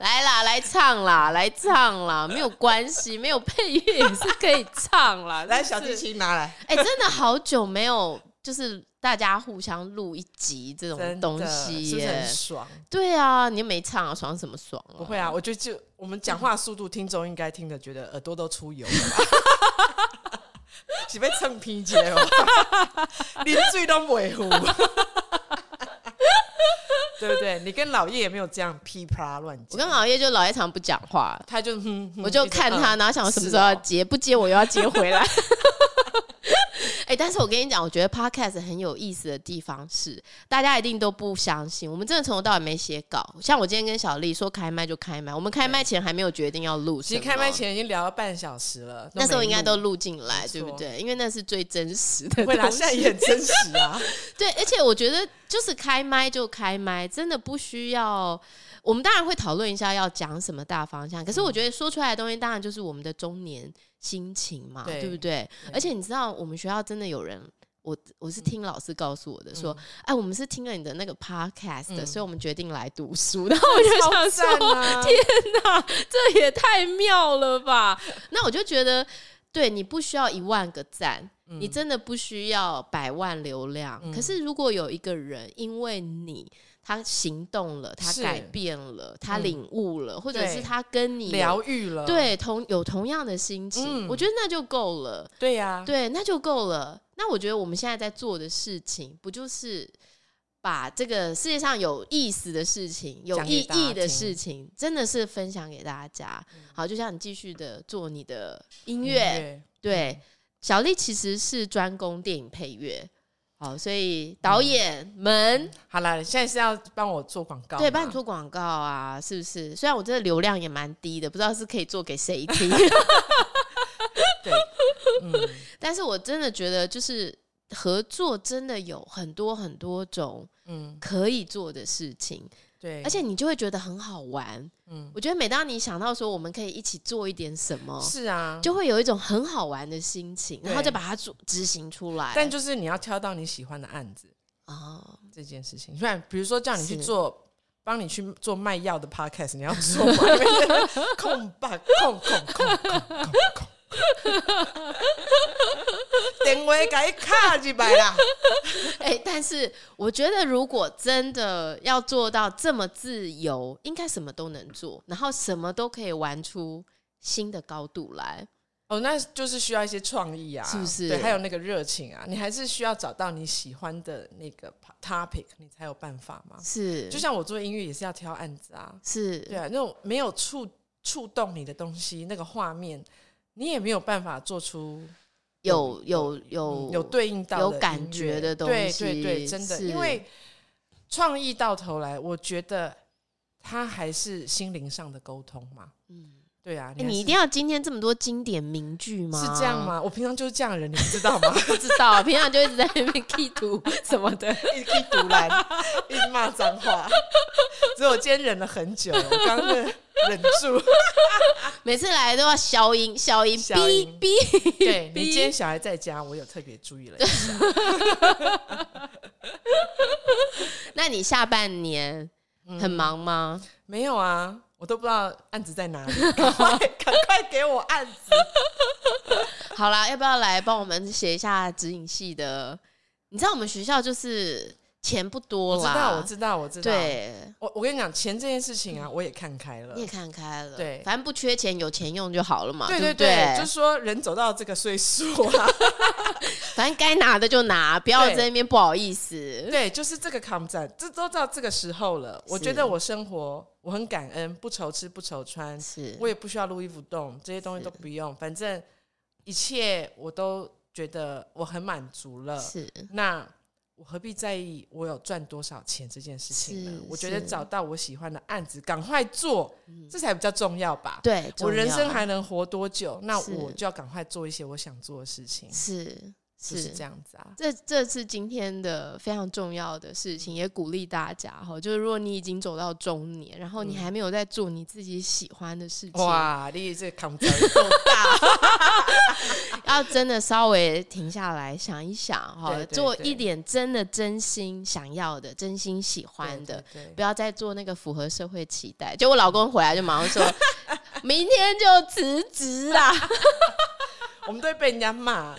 Speaker 2: 来啦，来唱啦，来唱啦，没有关系，没有配乐也是可以唱啦。
Speaker 3: 来，
Speaker 2: 是
Speaker 3: 小
Speaker 2: 不
Speaker 3: 提
Speaker 2: 是，
Speaker 3: 琴拿来，
Speaker 2: 哎、真的好久没有，就是大家互相录一集这种
Speaker 3: 真
Speaker 2: 东
Speaker 3: 的
Speaker 2: 西
Speaker 3: 是不是
Speaker 2: 耶
Speaker 3: 很。爽？
Speaker 2: 对啊，你又没唱啊，爽什么爽啊？
Speaker 3: 不会啊，我觉得就我们讲话速度，听众应该听得觉得耳朵都出油了吧。 是被蹭皮节哦， 连嘴都不会呼， 对不对？你跟老叶也没有这样噼啪乱
Speaker 2: 我
Speaker 3: 讲，
Speaker 2: 跟老叶就老叶常不讲话，
Speaker 3: 他就哼哼
Speaker 2: 我就
Speaker 3: 一直
Speaker 2: 看他，
Speaker 3: 嗯
Speaker 2: 然后想什么
Speaker 3: 是
Speaker 2: 时候要
Speaker 3: 哦
Speaker 2: 接，不接我又要接回 来。 哎、但是我跟你讲，我觉得 podcast 很有意思的地方是，大家一定都不相信，我们真的从头到尾没写稿。像我今天跟小丽说开麦就开麦，我们开麦前还没有决定要录什
Speaker 3: 其
Speaker 2: 么，
Speaker 3: 实开麦前已经聊了半小时了，都
Speaker 2: 那时候
Speaker 3: 没
Speaker 2: 应该
Speaker 3: 录
Speaker 2: 都录进来，
Speaker 3: 没
Speaker 2: 对不
Speaker 3: 错
Speaker 2: 对？因为那是最真实 的
Speaker 3: 会啦，
Speaker 2: 东
Speaker 3: 现在
Speaker 2: 西。
Speaker 3: 也很真实啊。
Speaker 2: 对，而且我觉得就是开麦就开麦，真的不需要。我们当然会讨论一下要讲什么大方向，可是
Speaker 3: 嗯
Speaker 2: 我觉得说出来的东西当然就是我们的中年心情嘛，对
Speaker 3: 对
Speaker 2: 不对？
Speaker 3: 对嗯
Speaker 2: 而且你知道，我们学校真的有人。我我是听老师告诉我的，说，哎，我们是听了你的那个 podcast，的、
Speaker 3: 嗯
Speaker 2: 所以我们决定来读书。然后 我就想说，
Speaker 3: 超赞 啊！天，
Speaker 2: 那 这也太妙了吧！那我就觉得，对你不需要一万个赞，
Speaker 3: 嗯
Speaker 2: 你真的不需要百万流量。可是如果有一个人因为你，他行动了，他
Speaker 3: 是嗯
Speaker 2: 改变了，他领悟了，或者
Speaker 3: 对
Speaker 2: 是他跟你有
Speaker 3: 疗愈了，
Speaker 2: 对同有同样的心情，
Speaker 3: 嗯
Speaker 2: 我觉得那就够了。
Speaker 3: 对呀，
Speaker 2: 对，那就够了。那我觉得我们现在在做的事情，不就是把这个世界上有意思的事情、有
Speaker 3: 讲给
Speaker 2: 意
Speaker 3: 大家
Speaker 2: 义的
Speaker 3: 听嗯
Speaker 2: 事情，真的是分享给大家。好，就像你继续的做你的音乐，对。
Speaker 3: 嗯
Speaker 2: 小丽其实是专攻电影配乐，好，所
Speaker 3: 嗯
Speaker 2: 以导演们、
Speaker 3: 好了，现在是要帮我做广告嘛，
Speaker 2: 对帮你做广告啊，是不是？虽然我这个流量也蛮低的，不知道是可以做给谁听。
Speaker 3: 对，嗯，嗯
Speaker 2: 但是我真的觉得，就是合作真的有很多很多种
Speaker 3: 嗯，
Speaker 2: 可以做的事情，
Speaker 3: 对，
Speaker 2: 而且你就会觉得很好玩。
Speaker 3: 嗯，
Speaker 2: 我觉得每当你想到说我们可以一起做一点什么，
Speaker 3: 是啊，
Speaker 2: 就会有一种很好玩的心情，
Speaker 3: 对
Speaker 2: 然后再把它做执行出来。
Speaker 3: 但就是你要挑到你喜欢的案子
Speaker 2: 哦，
Speaker 3: 这件事情，不然比如说叫你去
Speaker 2: 是
Speaker 3: 做。帮你去做卖药的 podcast，你要做吗？ 因为空吧，空空空空空空， 电话给卡进来啦。
Speaker 2: 哎、但是我觉得如果真的要做到这么自由，应该什么都能做，然后什么都可以玩出新的高度来。
Speaker 3: 哦，那就是需要一些创意啊，
Speaker 2: 是不是
Speaker 3: 对，还有那个热情啊，你还是需要找到你喜欢的那个 topic，你才有办法嘛。
Speaker 2: 是，
Speaker 3: 嗯就像我做音乐也是要挑案子啊，
Speaker 2: 是，
Speaker 3: 对啊，那种没有触触动你的东西，那个画面，你也没有办法做出
Speaker 2: 有有有
Speaker 3: 嗯有对应到的
Speaker 2: 哦有
Speaker 3: 音乐
Speaker 2: 感觉的东西
Speaker 3: 对对对，真的，
Speaker 2: 是
Speaker 3: 因为创意到头来，我觉得它还是心灵上的沟通嘛。
Speaker 2: 嗯
Speaker 3: 对啊，
Speaker 2: 哎你一
Speaker 3: 还
Speaker 2: 定要今天这么多经典名句吗？
Speaker 3: 是是这样？吗？我平常就是这样的人，你知道吗？
Speaker 2: 不知道，平常就一直在那边 K 图什么 的。
Speaker 3: 一直读烂，一直骂脏话。所以我今天忍了很久，我刚刚真的忍住。
Speaker 2: 每次来都要消音，消音，
Speaker 3: 消音
Speaker 2: 哔哔。
Speaker 3: 对你今天小孩在家，我有特别注意了一下。
Speaker 2: 那你下半年
Speaker 3: 嗯
Speaker 2: 很忙吗？
Speaker 3: 没有啊，我都不知道案子在哪里， 赶快赶快给我案子。
Speaker 2: 好啦，要不要来帮我们写一下指引系的？你知道我们学校就是钱不
Speaker 3: 我
Speaker 2: 多
Speaker 3: 知
Speaker 2: 啦，
Speaker 3: 道，我知道，我知道。，呃
Speaker 2: 对，
Speaker 3: 我我跟你讲，钱这件事情啊，我也看开了
Speaker 2: 你。也看开了，
Speaker 3: 对
Speaker 2: 反正不缺钱，有钱用就好了嘛，
Speaker 3: 对
Speaker 2: 对
Speaker 3: 对
Speaker 2: 不
Speaker 3: 对，就是说人走到这个岁数啊，
Speaker 2: 反正该拿的就拿，不要
Speaker 3: 对
Speaker 2: 在那边不好意思。
Speaker 3: 对，就是这个 com 站，这都到这个时候了。我
Speaker 2: 是
Speaker 3: 觉得我生活我很感恩，不愁吃不愁穿，
Speaker 2: 是，
Speaker 3: 我也不需要撸衣服动，这些东西都不用，反正一切我都觉得我很满足了。
Speaker 2: 是
Speaker 3: 那我何必在意我有赚多少钱这件事情呢
Speaker 2: 是？
Speaker 3: 我觉得
Speaker 2: 是
Speaker 3: 找到我喜欢的案子，赶快做，这才比较重要吧。
Speaker 2: 对，
Speaker 3: 我
Speaker 2: 重
Speaker 3: 人生
Speaker 2: 要
Speaker 3: 还能活多久？那
Speaker 2: 是
Speaker 3: 我就要赶快做一些我想做的事情，
Speaker 2: 是
Speaker 3: 就是
Speaker 2: 是
Speaker 3: 这样子啊。
Speaker 2: 这这是今天的非常重要的事情，也鼓励大家哈，就是如果你已经走到中年，然后你还没有在做你自己喜欢的事情，
Speaker 3: 嗯哇，你这扛不够大，
Speaker 2: 要真的稍微停下来想一想哈，
Speaker 3: 对对
Speaker 2: 做
Speaker 3: 对
Speaker 2: 一点真的真心想要的、真心喜欢的，
Speaker 3: 对，对
Speaker 2: 不要再做那个符合社会期待。就我老公回来就马上 说，明天就辞职啦。
Speaker 3: 我们都会被人家骂。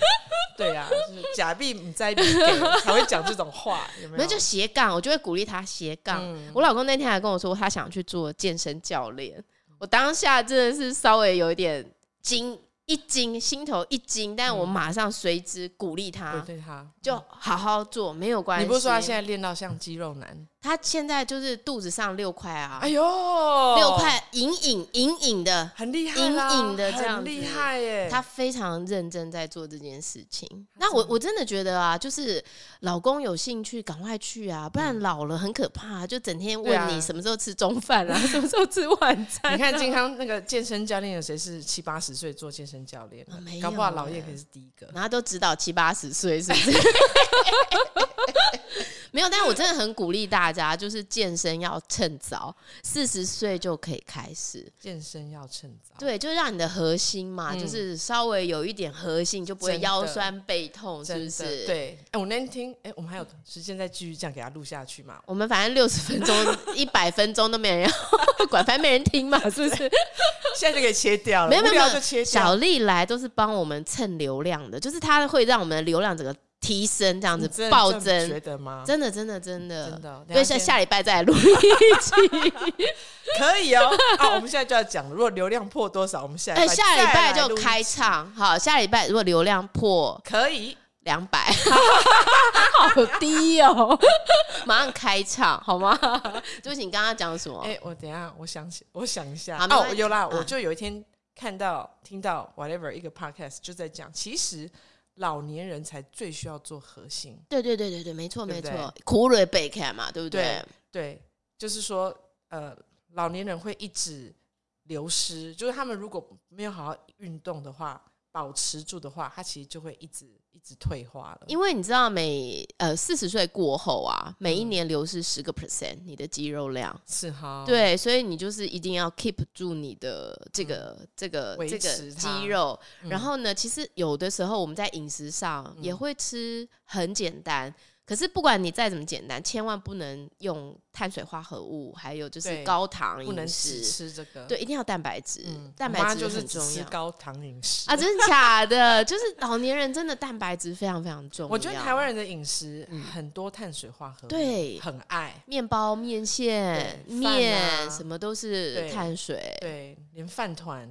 Speaker 3: 对啊，就是假币不在你给才会讲这种话，有 嗯没
Speaker 2: 没有
Speaker 3: 有？
Speaker 2: 就斜杠，我就会鼓励他斜杠。我老公那天还跟我说，他想去做健身教练。
Speaker 3: 嗯
Speaker 2: 我当下真的是稍微有一点惊一惊，心头一惊，但我马上随之鼓励他，
Speaker 3: 嗯我对他，
Speaker 2: 就好好做，没有关系。
Speaker 3: 你不是说他现在练到像肌肉男？
Speaker 2: 他现在就是肚子上六块啊，
Speaker 3: 哎呦，
Speaker 2: 六块隐隐隐隐的，
Speaker 3: 很厉害啦，
Speaker 2: 隐隐的这样
Speaker 3: 很
Speaker 2: 子
Speaker 3: 厉害耶。
Speaker 2: 他非常认真在做这件事情。那我我真的觉得啊，就是老公有兴趣，赶快去啊，不然老了很可怕、就整天
Speaker 3: 嗯对啊
Speaker 2: 问你什么时候吃中饭啊，什么时候吃晚餐啊、
Speaker 3: 你看健康那个健身教练有谁是七八十岁做健身教练的
Speaker 2: 啊没？有
Speaker 3: 搞不好老叶可以是第一个。
Speaker 2: 然后都指导七八十岁，是不 是？没有，但我真的很鼓励大家，就是健身要趁早，四十岁就可以开始。
Speaker 3: 健身要趁早。
Speaker 2: 对，就让你的核心嘛，
Speaker 3: 嗯
Speaker 2: 就是稍微有一点核心，就不会
Speaker 3: 真的
Speaker 2: 腰酸背痛，是
Speaker 3: 真
Speaker 2: 不
Speaker 3: 的
Speaker 2: 是？，
Speaker 3: 对，哎、我那天听，哎、我们还有时间再继续这样给他录下去嘛？
Speaker 2: 我们反正六十分钟、一百分钟都没人要 管，反正没人听嘛，是不是？
Speaker 3: 现在就可以切掉了，
Speaker 2: 没有没
Speaker 3: 无
Speaker 2: 有
Speaker 3: 聊
Speaker 2: 没
Speaker 3: 就切
Speaker 2: 有，
Speaker 3: 掉
Speaker 2: 小。丽来都是帮我们蹭流量的，就是她会让我们的流量整个提升，这样
Speaker 3: 你
Speaker 2: 子
Speaker 3: 真的
Speaker 2: 暴
Speaker 3: 这么
Speaker 2: 增
Speaker 3: 觉。得吗？
Speaker 2: 真的，真的，真的，
Speaker 3: 真的哦
Speaker 2: 所以
Speaker 3: 等
Speaker 2: 下
Speaker 3: 一下
Speaker 2: 下礼拜再来 录一期。
Speaker 3: 可以哦。啊，我们现在就要讲，如果流量破多少，我们下
Speaker 2: 哎，
Speaker 3: 礼拜
Speaker 2: 下礼
Speaker 3: 再
Speaker 2: 拜
Speaker 3: 来
Speaker 2: 就
Speaker 3: 录一
Speaker 2: 开
Speaker 3: 集，
Speaker 2: 唱。好，下礼拜如果流量破
Speaker 3: 可以。
Speaker 2: 两百，好低哦，马上开唱好 吗？就是你刚刚讲什么
Speaker 3: 哎、？我等一下，我想起，我想一下。
Speaker 2: 好没关
Speaker 3: 哦，
Speaker 2: 系
Speaker 3: 有啦，
Speaker 2: 啊
Speaker 3: 我就有一天看到、听到 whatever 一个 podcast 就在讲，其实老年人才最需要做核心。
Speaker 2: 对对对对对，没错
Speaker 3: 对
Speaker 2: 没
Speaker 3: 不
Speaker 2: 错
Speaker 3: 对，
Speaker 2: 苦蕊贝克嘛，对不对
Speaker 3: 对？对，就是说，呃，老年人会一直流失，就是他们如果没有好好运动的话，保持住的话，它其实就会一直一直退化了。
Speaker 2: 因为你知道每呃四十岁过后啊，每一年流失十个 percent 你的肌肉量。
Speaker 3: 是哈，，
Speaker 2: 对，所以你就是一定要 keep 住你的这个、这个
Speaker 3: 维
Speaker 2: 这个
Speaker 3: 持它
Speaker 2: 肌肉。
Speaker 3: 嗯
Speaker 2: 然后呢，其实有的时候我们在饮食上也会吃很简单，可是不管你再怎么简单，千万不能用碳水化合物，还有就是
Speaker 3: 对
Speaker 2: 高糖
Speaker 3: 不能
Speaker 2: 饮食，
Speaker 3: 只吃这个。
Speaker 2: 对，一定要蛋白质，
Speaker 3: 嗯，
Speaker 2: 蛋
Speaker 3: 我
Speaker 2: 白
Speaker 3: 妈
Speaker 2: 质
Speaker 3: 就是
Speaker 2: 很
Speaker 3: 只
Speaker 2: 重
Speaker 3: 吃
Speaker 2: 要。
Speaker 3: 高糖饮食
Speaker 2: 啊，真的假的？就是老年人真的蛋白质非常非常重要。
Speaker 3: 我觉得台湾人的饮食很多碳水化合物，
Speaker 2: 对
Speaker 3: 很爱，
Speaker 2: 面包、面线、
Speaker 3: 对饭啊
Speaker 2: 面、什么都是
Speaker 3: 对
Speaker 2: 碳水。
Speaker 3: 对，连饭团，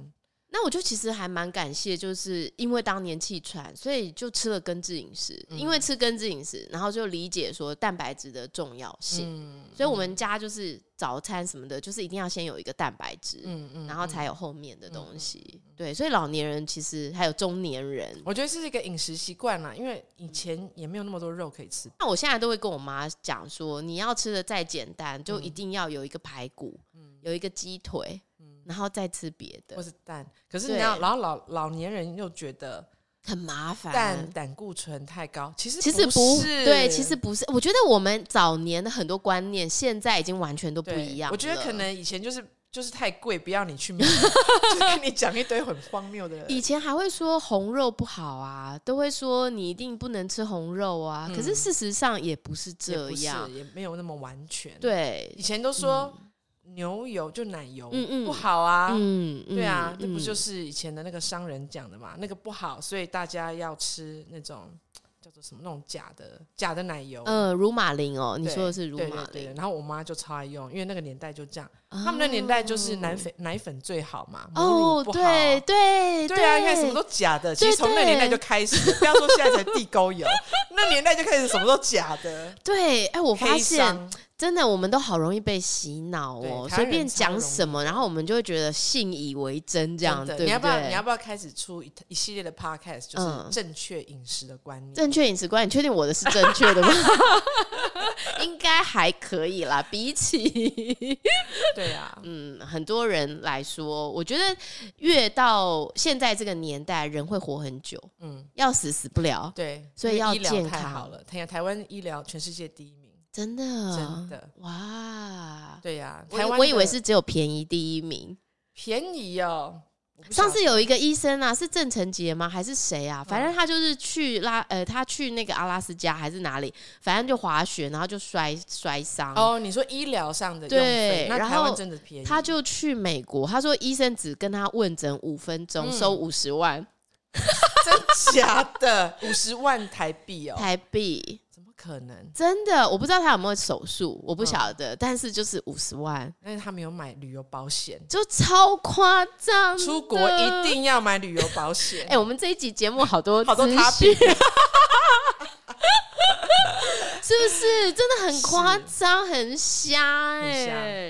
Speaker 2: 那我就其实还蛮感谢，就是因为当年气喘，所以就吃了根治饮食。因
Speaker 3: 嗯
Speaker 2: 为吃根治饮食，然后就理解说蛋白质的重要性。
Speaker 3: 嗯
Speaker 2: 所以我们家就是早餐什么的，就是一定要先有一个蛋白质，
Speaker 3: 嗯嗯
Speaker 2: 然后才有后面的东西。对，所以老年人其实还有中年人。
Speaker 3: 我觉得是一个饮食习惯啦，因为以前也没有那么多肉可以吃。
Speaker 2: 那我现在都会跟我妈讲说，你要吃的再简单，就一
Speaker 3: 嗯
Speaker 2: 定要有一个排骨，有一个鸡腿，
Speaker 3: 嗯
Speaker 2: 然后再吃别
Speaker 3: 或
Speaker 2: 的，
Speaker 3: 是蛋，可是
Speaker 2: 嗯对
Speaker 3: 你要，然后老老年人又觉得
Speaker 2: 很麻烦。
Speaker 3: 蛋胆固醇太高，其实
Speaker 2: 其实
Speaker 3: 不
Speaker 2: 不
Speaker 3: 是，
Speaker 2: 对，其实不是。我觉得我们早年的很多观念，现在已经完全都不
Speaker 3: 对
Speaker 2: 一样了。
Speaker 3: 我觉得可能以前就是就是太贵，不要你 去买，就跟你讲一堆很荒谬的。
Speaker 2: 以前还会说红肉不好啊，都会说你一定不能吃红肉啊。可是事实上也不是
Speaker 3: 嗯也
Speaker 2: 这
Speaker 3: 不是
Speaker 2: 样，
Speaker 3: 也没有那么完全。，
Speaker 2: 对
Speaker 3: 以，前都说牛油就奶油
Speaker 2: 嗯嗯
Speaker 3: 不好啊，
Speaker 2: 嗯，
Speaker 3: 对啊，
Speaker 2: 嗯
Speaker 3: 那不就
Speaker 2: 嗯
Speaker 3: 是以前的那个商人讲的嘛？那个不好，所以大家要吃那种叫做什么那种假的假的奶油。
Speaker 2: 呃乳马林哦，你
Speaker 3: 对
Speaker 2: 说的是乳
Speaker 3: 对
Speaker 2: 马
Speaker 3: 对对
Speaker 2: 林，
Speaker 3: 然后我妈就超爱用，因为那个年代就这样，
Speaker 2: 哦
Speaker 3: 他们那年代就是奶粉奶粉最好嘛，母
Speaker 2: 哦
Speaker 3: 乳，不好
Speaker 2: 对对
Speaker 3: 对啊，因为什么都假的。其实从那
Speaker 2: 对
Speaker 3: 年代就开始，不要说现在才地沟油， 那年代就开始什么都假的。
Speaker 2: 对，哎， 我发
Speaker 3: 黑
Speaker 2: 现
Speaker 3: 商
Speaker 2: 真的，我们都好容易被洗脑哦，
Speaker 3: 对台湾
Speaker 2: 随
Speaker 3: 人
Speaker 2: 便讲
Speaker 3: 超容易
Speaker 2: 什么，然后我们就会觉得信以为真，这样
Speaker 3: 真的
Speaker 2: 对不对？
Speaker 3: 你要不要你要不要开始出一一系列的 podcast，就是
Speaker 2: 嗯
Speaker 3: 正确饮食的观念？
Speaker 2: 正确饮食观，你确定我的是正确 的吗？应该还可以啦，比起
Speaker 3: 对啊，
Speaker 2: 嗯很多人来说，我觉得越到现在这个年代，人会活很久，
Speaker 3: 嗯，
Speaker 2: 要死死不了，
Speaker 3: 对，
Speaker 2: 所以
Speaker 3: 因为
Speaker 2: 要
Speaker 3: 医疗
Speaker 2: 健
Speaker 3: 太
Speaker 2: 康
Speaker 3: 好了。台台湾医疗全世界第一名，
Speaker 2: 真的
Speaker 3: 真的
Speaker 2: 哇！
Speaker 3: 对呀、
Speaker 2: 嗯我
Speaker 3: 台湾
Speaker 2: 我以为
Speaker 3: 的
Speaker 2: 是只有便宜第一名。
Speaker 3: 便宜哦。我不
Speaker 2: 上
Speaker 3: 晓得嗯
Speaker 2: 次有一个医生啊，是郑成杰吗？还是谁啊？反正他就是去拉呃，他去那个阿拉斯加还是哪里，反正就滑雪，然后就摔摔伤。
Speaker 3: 哦，你说医疗上的用
Speaker 2: 对
Speaker 3: 费，那
Speaker 2: 然
Speaker 3: 台湾
Speaker 2: 后
Speaker 3: 真的便宜，
Speaker 2: 他就去美国，他说医生只跟他问诊五分钟，
Speaker 3: 嗯
Speaker 2: 收五十万
Speaker 3: 真假的五十万台币哦，
Speaker 2: 台币，
Speaker 3: 怎么可能？
Speaker 2: 真的，我不知道他有没有手术，
Speaker 3: 嗯
Speaker 2: 我不晓得，但是就是五十万，
Speaker 3: 但是他没有买旅游保险，
Speaker 2: 就超夸张的。
Speaker 3: 出国一定要买旅游保 险。
Speaker 2: 哎、我们这一集节目好多
Speaker 3: 好多
Speaker 2: 资
Speaker 3: topic
Speaker 2: 讯， 是不是真的很夸张、很瞎哎、
Speaker 3: 很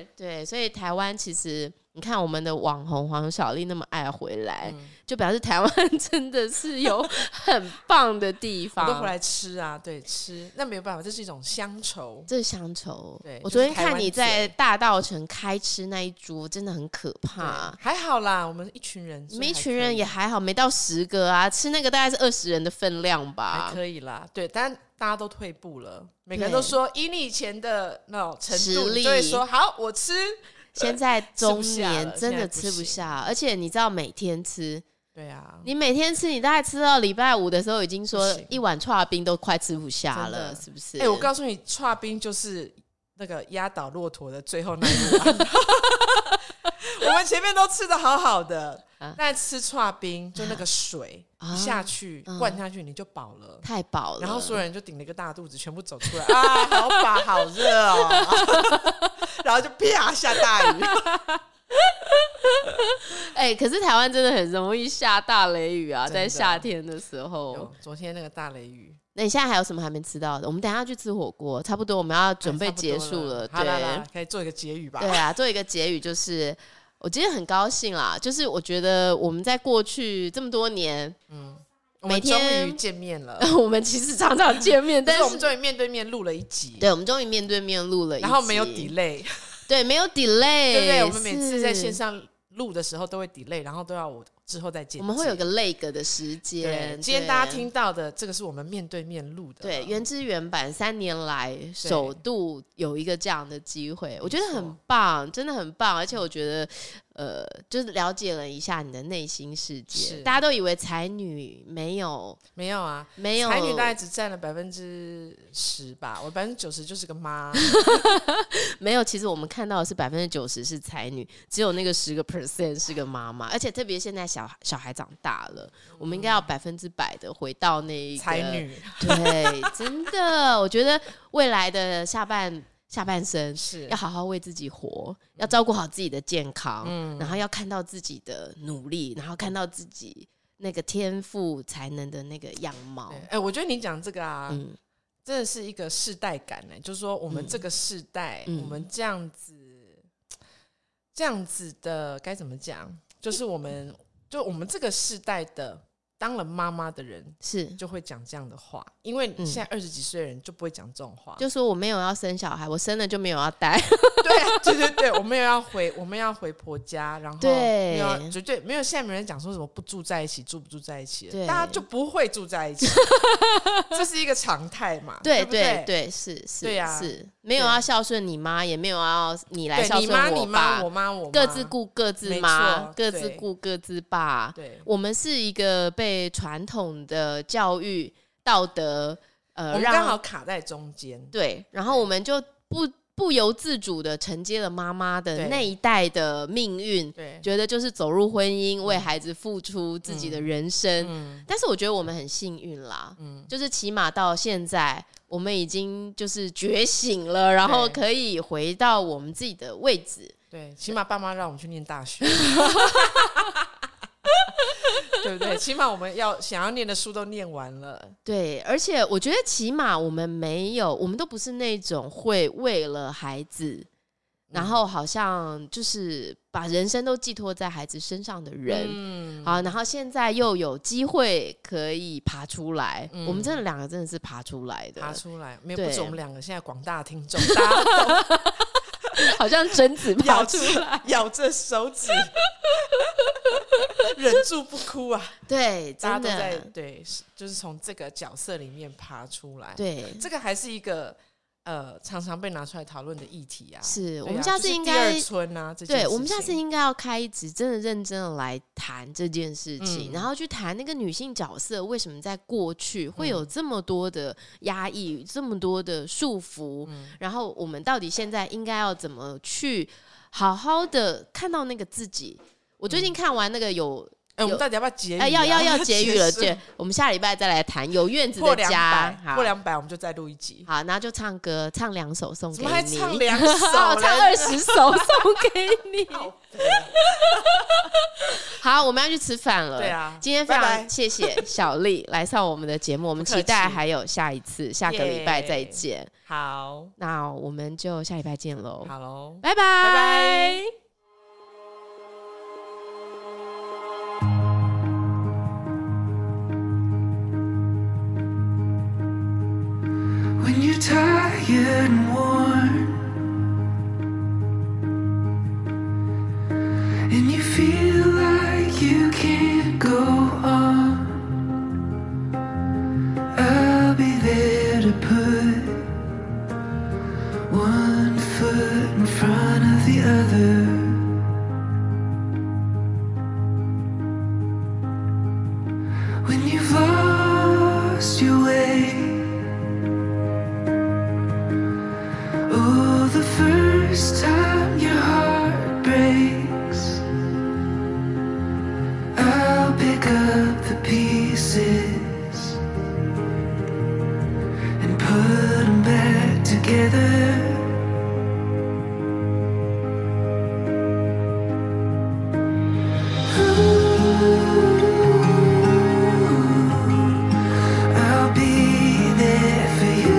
Speaker 3: 瞎
Speaker 2: 对，所以台湾其实你看我们的网红黄小丽那么爱回来，
Speaker 3: 嗯
Speaker 2: 就表示台湾 真的是有很棒的地
Speaker 3: 我
Speaker 2: 方。
Speaker 3: 都回来吃啊，对，吃那没有办法，这是一种乡愁。
Speaker 2: 这是乡愁
Speaker 3: 对，
Speaker 2: 我
Speaker 3: 就
Speaker 2: 昨
Speaker 3: 是
Speaker 2: 天
Speaker 3: 台湾
Speaker 2: 看你
Speaker 3: 嘴
Speaker 2: 在大道城开吃那一桌，真的很可怕
Speaker 3: 对。还好啦，我们一群人，
Speaker 2: 你
Speaker 3: 所以
Speaker 2: 们一
Speaker 3: 还
Speaker 2: 群
Speaker 3: 可
Speaker 2: 人
Speaker 3: 以
Speaker 2: 也还好，没到十个啊，吃那个大概是二十人的分量吧。
Speaker 3: 还可以啦，对，但大家都退步了，每个人
Speaker 2: 啊对
Speaker 3: 都说以你以前的那种程
Speaker 2: 实
Speaker 3: 度，你
Speaker 2: 力
Speaker 3: 就会说好，我吃。
Speaker 2: 现在 中年真的
Speaker 3: 吃
Speaker 2: 吃
Speaker 3: 不
Speaker 2: 不
Speaker 3: 下
Speaker 2: 下，而且你知道每天吃，
Speaker 3: 对啊，
Speaker 2: 你每天吃，你大概吃到礼拜五的时候，已经说
Speaker 3: 不行
Speaker 2: 一碗串冰都快吃不下
Speaker 3: 真的
Speaker 2: 了，是不是？
Speaker 3: 哎、我告诉你，串冰就是那个压倒骆驼的最后那一碗。 我们前面都吃的好好的
Speaker 2: 啊，
Speaker 3: 但吃串冰就那个水
Speaker 2: 啊
Speaker 3: 一下去
Speaker 2: 啊
Speaker 3: 灌下去你就饱了。
Speaker 2: 太饱了，
Speaker 3: 然后所有人就顶了一个大肚子，全部走 出来啊，好饱，好热哦，然后就啪下大雨，
Speaker 2: 哎、可是台湾真的很容易下大雷雨啊，
Speaker 3: 真的
Speaker 2: 在夏天的时候
Speaker 3: 有。昨天那个大雷雨，
Speaker 2: 那你现在还有什么还没吃到的？我们等一下去吃火锅，差不多我们要
Speaker 3: 哎
Speaker 2: 准备结束了，
Speaker 3: 好啦啦
Speaker 2: 对，
Speaker 3: 可以做一个结语吧。
Speaker 2: 对啊，做一个结语就是。我今天很高兴啦，就是我觉得我们在过去这么多年，
Speaker 3: 我们
Speaker 2: 每
Speaker 3: 终
Speaker 2: 天
Speaker 3: 于见面 了，
Speaker 2: 我们其实常常见面，但
Speaker 3: 但是
Speaker 2: 是
Speaker 3: 我们终于面对面录了一集，
Speaker 2: 对，我们终于面对面录了一集，
Speaker 3: 然后没有 delay，
Speaker 2: 对，没有 delay，
Speaker 3: 对不对？我们每次在线
Speaker 2: 是
Speaker 3: 上录的时候都会 delay，然后都要我之后再剪辑。
Speaker 2: 我们会有个 leg 的时
Speaker 3: 对
Speaker 2: 间。，
Speaker 3: 今天大家
Speaker 2: 对
Speaker 3: 听呃到的这个是我们面对面录的，
Speaker 2: 对，原汁原版，三年来首度有一个这样的机会，我觉得很棒，真的很棒。而且我觉得，呃，就是了解了一下你的内心世界。
Speaker 3: 是
Speaker 2: 大家都以为才女没有
Speaker 3: 没有啊，
Speaker 2: 没有
Speaker 3: 才女大概只占了百分之十吧，我百分之九十就是个妈。
Speaker 2: 没有，其实我们看到的是百分之九十是才女，只有那个十个 percent 是个妈妈。而且特别现在小小孩长大了，我们应该要百分之百的回到那一个
Speaker 3: 嗯才女
Speaker 2: 对，真的，我觉得未来的下半下半生
Speaker 3: 是
Speaker 2: 要好好为自己活，要照顾好自己的健康，
Speaker 3: 嗯
Speaker 2: 然后要看到自己的努力，然后看到自己那个天赋才能的那个样貌
Speaker 3: 对。哎、我觉得你讲这个啊，
Speaker 2: 嗯
Speaker 3: 真的是一个世代感呢、就是说我们这个世代，
Speaker 2: 嗯
Speaker 3: 我们这样子，这样子的该怎么讲？就是我们，就我们这个世代的当了妈妈的人，
Speaker 2: 是，
Speaker 3: 就会讲这样的话，因为
Speaker 2: 嗯
Speaker 3: 现在二十几岁的人就不会讲这种话。
Speaker 2: 就说我没有要生小孩，我生了就没有要带。
Speaker 3: 对 啊对对对，我们也要回，我们要回婆家，然后
Speaker 2: 对
Speaker 3: 没有啊绝对没有。现在没人讲说什么不住在一起，住不住在一起了
Speaker 2: 对
Speaker 3: 大家就不会住 在一起，这是一个常态嘛？
Speaker 2: 对
Speaker 3: 不
Speaker 2: 对对，是是
Speaker 3: 对啊
Speaker 2: 是，没有要孝顺你妈，也没有要你来
Speaker 3: 对
Speaker 2: 孝
Speaker 3: 你
Speaker 2: 顺
Speaker 3: 妈、你
Speaker 2: 我
Speaker 3: 妈、
Speaker 2: 爸
Speaker 3: 我，妈、我妈
Speaker 2: 各自顾各自
Speaker 3: 没
Speaker 2: 妈
Speaker 3: 错，
Speaker 2: 各自
Speaker 3: 对
Speaker 2: 顾各自爸。
Speaker 3: 对。
Speaker 2: 我们是一个被传统的教育道德
Speaker 3: 我
Speaker 2: 呃
Speaker 3: 们刚
Speaker 2: 让
Speaker 3: 好卡在中间，
Speaker 2: 对，然后我们就不不由自主的承接了妈妈的
Speaker 3: 对
Speaker 2: 那一代的命运，
Speaker 3: 对，
Speaker 2: 觉得就是走入婚姻，为孩子付出自己的人生。
Speaker 3: 嗯
Speaker 2: 但是我觉得我们很幸运啦，
Speaker 3: 嗯，
Speaker 2: 就是起码到现在，我们已经就是觉醒了，然后
Speaker 3: 对
Speaker 2: 可以回到我们自己的位置。
Speaker 3: 对，起码爸妈让我们去念 大学，对不对？起码我们要想要念的书都念完了，
Speaker 2: 对，而且我觉得起码我们没有，我们都不是那种会为了孩子，
Speaker 3: 嗯
Speaker 2: 然后好像就是把人生都寄托在孩子身上的人。
Speaker 3: 嗯，
Speaker 2: 好，然后现在又有机会可以爬出来，我们真的两个真的是爬出来的，
Speaker 3: 嗯爬出来，没有
Speaker 2: 对
Speaker 3: 不止我们两个，现在广大听 众，大家
Speaker 2: 好像贞 子爬
Speaker 3: 咬
Speaker 2: 出
Speaker 3: 着
Speaker 2: 来。
Speaker 3: 咬着手指， 忍住不哭啊！
Speaker 2: 对，
Speaker 3: 大家
Speaker 2: 真
Speaker 3: 都在
Speaker 2: 的，
Speaker 3: 对，是就是从这个角色里面爬出来。，
Speaker 2: 对，
Speaker 3: 这个还是一个呃常常被拿出来讨论的议题啊。
Speaker 2: 是
Speaker 3: 对啊
Speaker 2: 我们下次
Speaker 3: 就是
Speaker 2: 应
Speaker 3: 第
Speaker 2: 该
Speaker 3: 二春啊，这件
Speaker 2: 对，
Speaker 3: 事
Speaker 2: 我们下次
Speaker 3: 情
Speaker 2: 应该要开一集，真的认真的来谈这件事情，
Speaker 3: 嗯
Speaker 2: 然后去谈那个女性角色为什么在过去会
Speaker 3: 嗯
Speaker 2: 有这么多的压抑、这么多的束缚，
Speaker 3: 嗯
Speaker 2: 然后我们到底现在应该要怎么去好好的看到那个自己。我最近看完那个有，
Speaker 3: 哎，我
Speaker 2: 有
Speaker 3: 们到底要不要嗯结语啊？
Speaker 2: 哎、要要要结 语了，
Speaker 3: 束
Speaker 2: 对，我们下礼拜再来谈有院子
Speaker 3: 破
Speaker 2: 的
Speaker 3: 两
Speaker 2: 家
Speaker 3: 百，，
Speaker 2: 好
Speaker 3: 破，两百我们就再录一集。
Speaker 2: 好，然后就唱歌，唱两首送
Speaker 3: 怎
Speaker 2: 给
Speaker 3: 么还
Speaker 2: 你，
Speaker 3: 唱两首
Speaker 2: 好唱
Speaker 3: 嘞
Speaker 2: 二十首送给 你。
Speaker 3: 好
Speaker 2: 好，我们要去吃饭了。
Speaker 3: 对啊
Speaker 2: 今天非常
Speaker 3: 拜拜
Speaker 2: 谢谢小丽来上我们的节目，我们
Speaker 3: 不客
Speaker 2: 期
Speaker 3: 气
Speaker 2: 待还有下一次，下个礼拜再见。
Speaker 3: 好，
Speaker 2: 那我们就下礼拜见喽，
Speaker 3: 好喽。
Speaker 2: 拜拜，
Speaker 3: 拜拜。
Speaker 4: When you're tired and worn, and you feel like you can't go on, I'll be there to put one foot in front of the other. When you've lost your way. Oh, the first time your heart breaks, I'll pick up the pieces and put them back together. Ooh, I'll be there for you.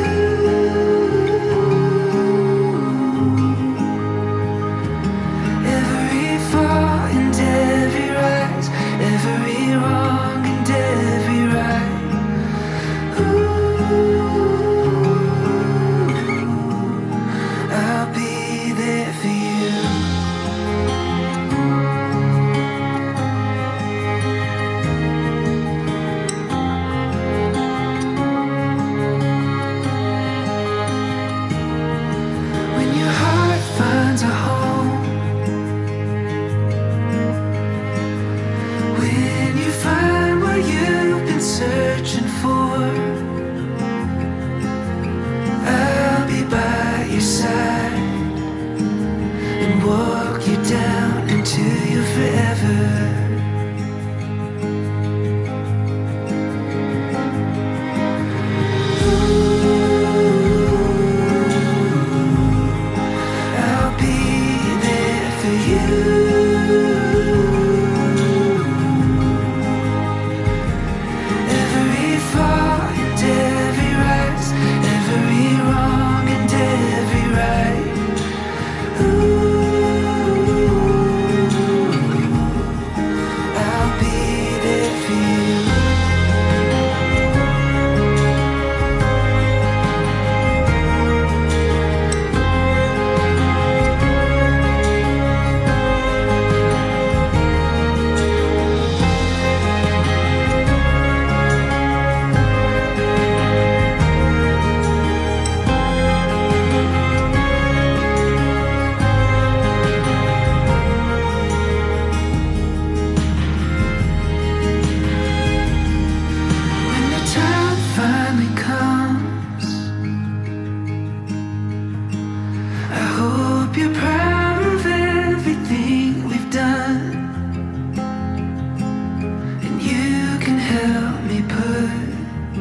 Speaker 4: help me put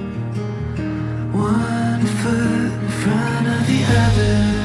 Speaker 4: one foot in front of the other.